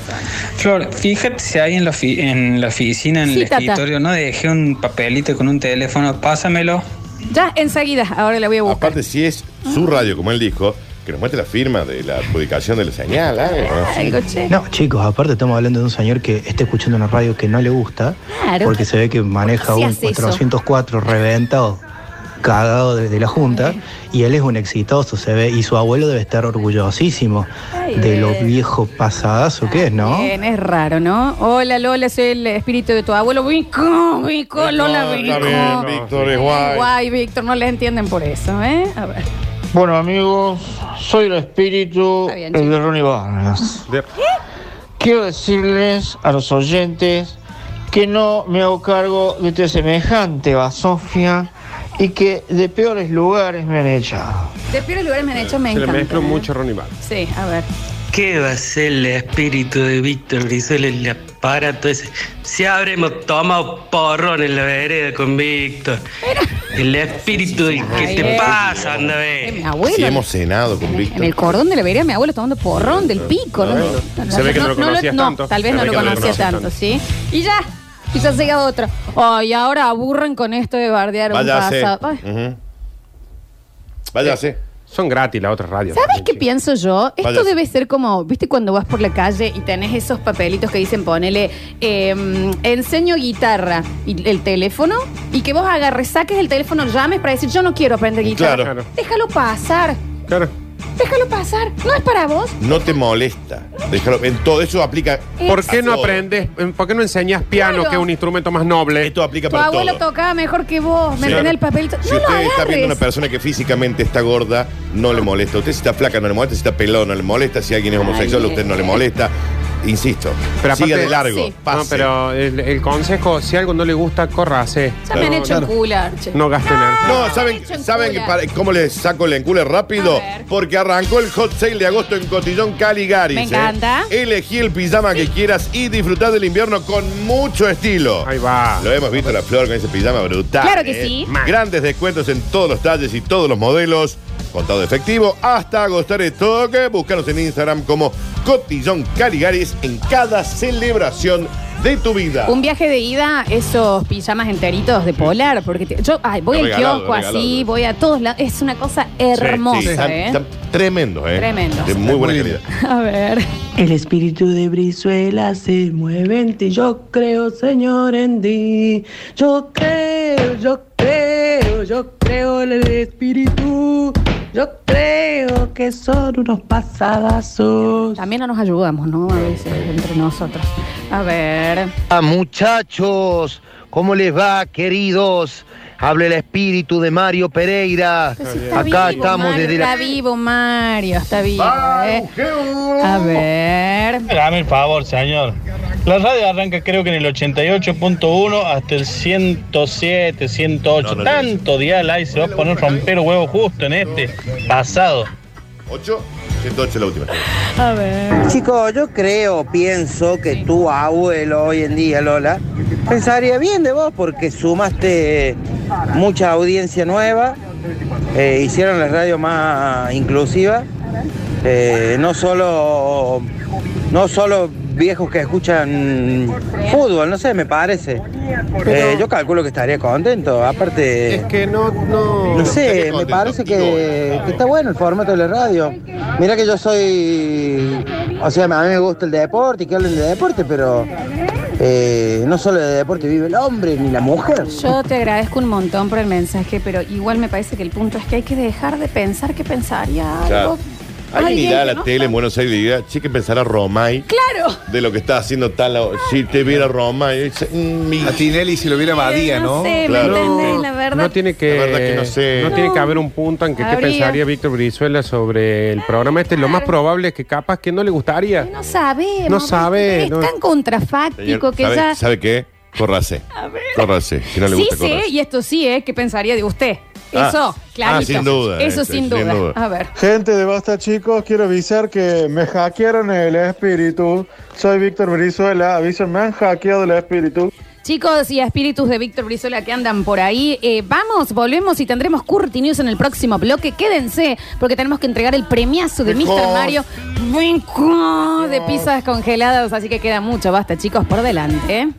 [SPEAKER 17] Flor, fíjate si hay en la, ofi- en la oficina, en
[SPEAKER 1] Sí,
[SPEAKER 17] el
[SPEAKER 1] tata.
[SPEAKER 17] escritorio, no dejé un papelito con un teléfono, pásamelo.
[SPEAKER 1] Ya, enseguida, ahora la voy a buscar.
[SPEAKER 4] Aparte, si es su radio, como él dijo, que nos muestre la firma de la adjudicación de la señal. algo, ¿no?
[SPEAKER 1] Algo, che.
[SPEAKER 15] No, chicos, aparte estamos hablando de un señor que está escuchando una radio que no le gusta,
[SPEAKER 1] Claro.
[SPEAKER 15] porque se ve que maneja
[SPEAKER 1] ¿Por qué
[SPEAKER 15] un
[SPEAKER 1] hace eso?
[SPEAKER 15] 404 reventado, cagado desde la Junta, y él es un exitoso, se ve, y su abuelo debe estar orgullosísimo
[SPEAKER 1] Ay, eh.
[SPEAKER 15] de
[SPEAKER 1] bien.
[SPEAKER 15] lo viejo pasadazo que es, ¿no?
[SPEAKER 1] Bien, es raro, ¿no? Hola, Lola, soy el espíritu de tu abuelo. Vico, Vico, Lola,
[SPEAKER 4] Está
[SPEAKER 1] Vico.
[SPEAKER 4] bien, Víctor, es
[SPEAKER 1] Guay.
[SPEAKER 4] guay.
[SPEAKER 1] Víctor, no les entienden por eso, ¿eh? A ver.
[SPEAKER 18] Bueno, amigos, soy el espíritu
[SPEAKER 1] Está bien,
[SPEAKER 18] el de
[SPEAKER 1] chico.
[SPEAKER 18] Ronnie Barnes. Quiero decirles a los oyentes que no me hago cargo de tu semejante basofia y que de peores lugares me han echado.
[SPEAKER 1] De peores lugares me han hecho, me
[SPEAKER 2] Se le
[SPEAKER 1] encanta.
[SPEAKER 2] mezcló
[SPEAKER 1] ¿eh?
[SPEAKER 2] mucho Ronnie Bar.
[SPEAKER 1] Sí, a ver.
[SPEAKER 19] ¿Qué va a ser el espíritu de Víctor Brizuela en el aparato ese? Si habremos tomado porrón en la vereda con Víctor. El espíritu del que te
[SPEAKER 1] Ay,
[SPEAKER 19] pasa, anda a ver.
[SPEAKER 1] Mi abuelo.
[SPEAKER 4] Si hemos cenado con
[SPEAKER 1] En
[SPEAKER 4] Víctor.
[SPEAKER 1] el cordón de la vereda, mi abuelo tomando porrón del pico. ¿no?
[SPEAKER 4] No, no. Se ve que no lo conocías tanto.
[SPEAKER 1] tal vez
[SPEAKER 4] Se
[SPEAKER 1] no
[SPEAKER 4] ve
[SPEAKER 1] lo
[SPEAKER 4] que no lo
[SPEAKER 1] conocía
[SPEAKER 4] conoces
[SPEAKER 1] tanto,
[SPEAKER 4] tanto.
[SPEAKER 1] ¿sí? Y ya, y ya llega otro. Ay, ahora aburren con esto de bardear un
[SPEAKER 2] Váyase.
[SPEAKER 1] pasado. Ay,
[SPEAKER 4] Váyase.
[SPEAKER 2] Son gratis las otras radios.
[SPEAKER 1] ¿Sabes qué pienso yo? Esto
[SPEAKER 2] Váyase.
[SPEAKER 1] debe ser como, ¿viste cuando vas por la calle y tenés esos papelitos que dicen, ponele, em, enseño guitarra y el teléfono, y que vos agarres, saques el teléfono, llames para decir, yo no quiero aprender guitarra.
[SPEAKER 4] Claro.
[SPEAKER 1] Déjalo pasar,
[SPEAKER 2] Claro.
[SPEAKER 1] déjalo pasar. No es para vos.
[SPEAKER 4] No te molesta. Déjalo. En todo eso aplica.
[SPEAKER 2] ¿Por qué
[SPEAKER 4] a
[SPEAKER 2] no
[SPEAKER 4] todo.
[SPEAKER 2] aprendes? ¿Por qué no enseñas piano,
[SPEAKER 1] Claro.
[SPEAKER 2] que es un instrumento más noble?
[SPEAKER 4] Esto aplica
[SPEAKER 1] Tu abuelo tocaba mejor que vos, me
[SPEAKER 4] Sí.
[SPEAKER 1] tenés el papelito.
[SPEAKER 4] Si
[SPEAKER 1] no lo
[SPEAKER 4] usted está viendo una
[SPEAKER 1] agarres.
[SPEAKER 4] persona que físicamente está gorda, no le molesta. Usted si está flaca, no le molesta. Si está pelón, no le molesta. Si alguien es homosexual, a usted no le molesta. Insisto.
[SPEAKER 2] Pero aparte-
[SPEAKER 4] siga de largo.
[SPEAKER 2] Sí.
[SPEAKER 4] Pase.
[SPEAKER 2] No, pero el, el consejo, si algo no le gusta, corrase.
[SPEAKER 1] Ya me han hecho encular, che.
[SPEAKER 2] No gasten energía.
[SPEAKER 4] No, ¿saben,
[SPEAKER 1] hecho en
[SPEAKER 4] ¿saben
[SPEAKER 1] cula.
[SPEAKER 4] que para- cómo les saco el encule rápido? Porque arrancó el hot sale de agosto en Cotillón Caligaris.
[SPEAKER 1] Me
[SPEAKER 4] ¿eh?
[SPEAKER 1] encanta.
[SPEAKER 4] Elegí el pijama que quieras y disfrutar del invierno con mucho estilo. Ahí va. Ah, Lo hemos visto la flor con ese pijama brutal.
[SPEAKER 1] Claro que
[SPEAKER 4] ¿eh?
[SPEAKER 1] sí.
[SPEAKER 4] Grandes descuentos en todos los talles y todos los modelos. Contado efectivo hasta agostar estoque. Búscanos en Instagram como Cotillón Caligaris en cada celebración de tu vida.
[SPEAKER 1] Un viaje de ida, esos pijamas enteritos de polar, porque te- yo ay, voy al
[SPEAKER 4] Regalado,
[SPEAKER 1] kiosco
[SPEAKER 4] regalado.
[SPEAKER 1] así, voy a todos lados. Es una cosa hermosa,
[SPEAKER 4] Sí, sí, están-
[SPEAKER 1] ¿eh?
[SPEAKER 4] están tremendos, ¿eh?
[SPEAKER 1] Tremendos.
[SPEAKER 4] De muy buena calidad.
[SPEAKER 1] A ver.
[SPEAKER 20] El espíritu de Brizuela se mueve en ti. Yo creo, Señor, en ti. Yo creo, yo creo, yo creo en el espíritu Yo creo que son unos pasadazos.
[SPEAKER 1] También no nos ayudamos, ¿no? A veces entre nosotros. A ver.
[SPEAKER 21] Ah, muchachos, ¿cómo les va, queridos? Habla el espíritu de Mario Pereira.
[SPEAKER 1] Está
[SPEAKER 21] Acá
[SPEAKER 1] vivo,
[SPEAKER 21] estamos
[SPEAKER 1] Mario,
[SPEAKER 21] desde
[SPEAKER 1] Está
[SPEAKER 21] la.
[SPEAKER 1] vivo, Mario, está vivo. eh. A ver.
[SPEAKER 22] Dame el favor, señor. La radio arranca creo que en el 88.1 hasta el 107, 108.
[SPEAKER 4] No, no, no.
[SPEAKER 22] Tanto dial ahí se va a poner romper huevo justo en este pasado.
[SPEAKER 4] 8, 108 la última.
[SPEAKER 1] A ver.
[SPEAKER 23] Chicos, yo creo, pienso que tu abuelo hoy en día, Lola, pensaría bien de vos porque sumaste mucha audiencia nueva, eh, hicieron la radio más inclusiva, eh, no solo no solo viejos que escuchan fútbol, no sé, me parece. Eh, yo calculo que estaría contento, aparte... Es
[SPEAKER 2] que no... No,
[SPEAKER 23] sé, me parece que, que está bueno el formato de la radio. Mira que yo soy... O sea, a mí me gusta el deporte y que hablen de deporte, pero... eh, no solo de deporte vive el hombre ni la mujer.
[SPEAKER 1] Yo te agradezco un montón por el mensaje, pero igual me parece que el punto es que hay que dejar de pensar que pensaría
[SPEAKER 4] Claro.
[SPEAKER 1] algo.
[SPEAKER 4] Alguien
[SPEAKER 1] Alguien
[SPEAKER 4] irá a
[SPEAKER 1] que
[SPEAKER 4] la
[SPEAKER 1] no-
[SPEAKER 4] tele en Buenos Aires y dirá, che, que pensará Romay
[SPEAKER 1] Claro.
[SPEAKER 4] de lo que está haciendo tal. o- Si te viera Romay. "Mm, A
[SPEAKER 3] Tinelli si lo viera Badía,
[SPEAKER 1] no sé, ¿me entendés? La verdad-
[SPEAKER 2] No tiene que,
[SPEAKER 4] La verdad que no sé.
[SPEAKER 2] no tiene que haber un punto en que qué
[SPEAKER 1] Habría.
[SPEAKER 2] pensaría Víctor Brizuela sobre el programa este. Lo más probable es que capaz que no le gustaría.
[SPEAKER 1] No sabemos.
[SPEAKER 2] No sabe,
[SPEAKER 1] Es
[SPEAKER 2] no.
[SPEAKER 1] tan contrafáctico
[SPEAKER 4] Señor,
[SPEAKER 1] que
[SPEAKER 4] ¿sabe,
[SPEAKER 1] ya.
[SPEAKER 4] ¿Sabe qué? Corrase. Corrase. Que no le
[SPEAKER 1] sí
[SPEAKER 4] gusta
[SPEAKER 1] sé,
[SPEAKER 4] corrase.
[SPEAKER 1] y esto sí es que pensaría de usted.
[SPEAKER 4] Ah,
[SPEAKER 1] Eso, claro.
[SPEAKER 4] ah, sin duda,
[SPEAKER 1] Eso
[SPEAKER 4] eh,
[SPEAKER 1] sin,
[SPEAKER 4] sin
[SPEAKER 1] duda.
[SPEAKER 4] duda.
[SPEAKER 1] A ver.
[SPEAKER 22] Gente de Basta Chicos, quiero avisar que me hackearon el espíritu. Soy Víctor Brizuela, aviso, me han hackeado el espíritu.
[SPEAKER 1] Chicos y espíritus de Víctor Brizuela que andan por ahí, eh, vamos, volvemos y tendremos Curti News en el próximo bloque. Quédense, porque tenemos que entregar el premiazo de Mr. Mario Vinco de pizzas congeladas, así que queda mucho, basta chicos, por delante. ¿eh?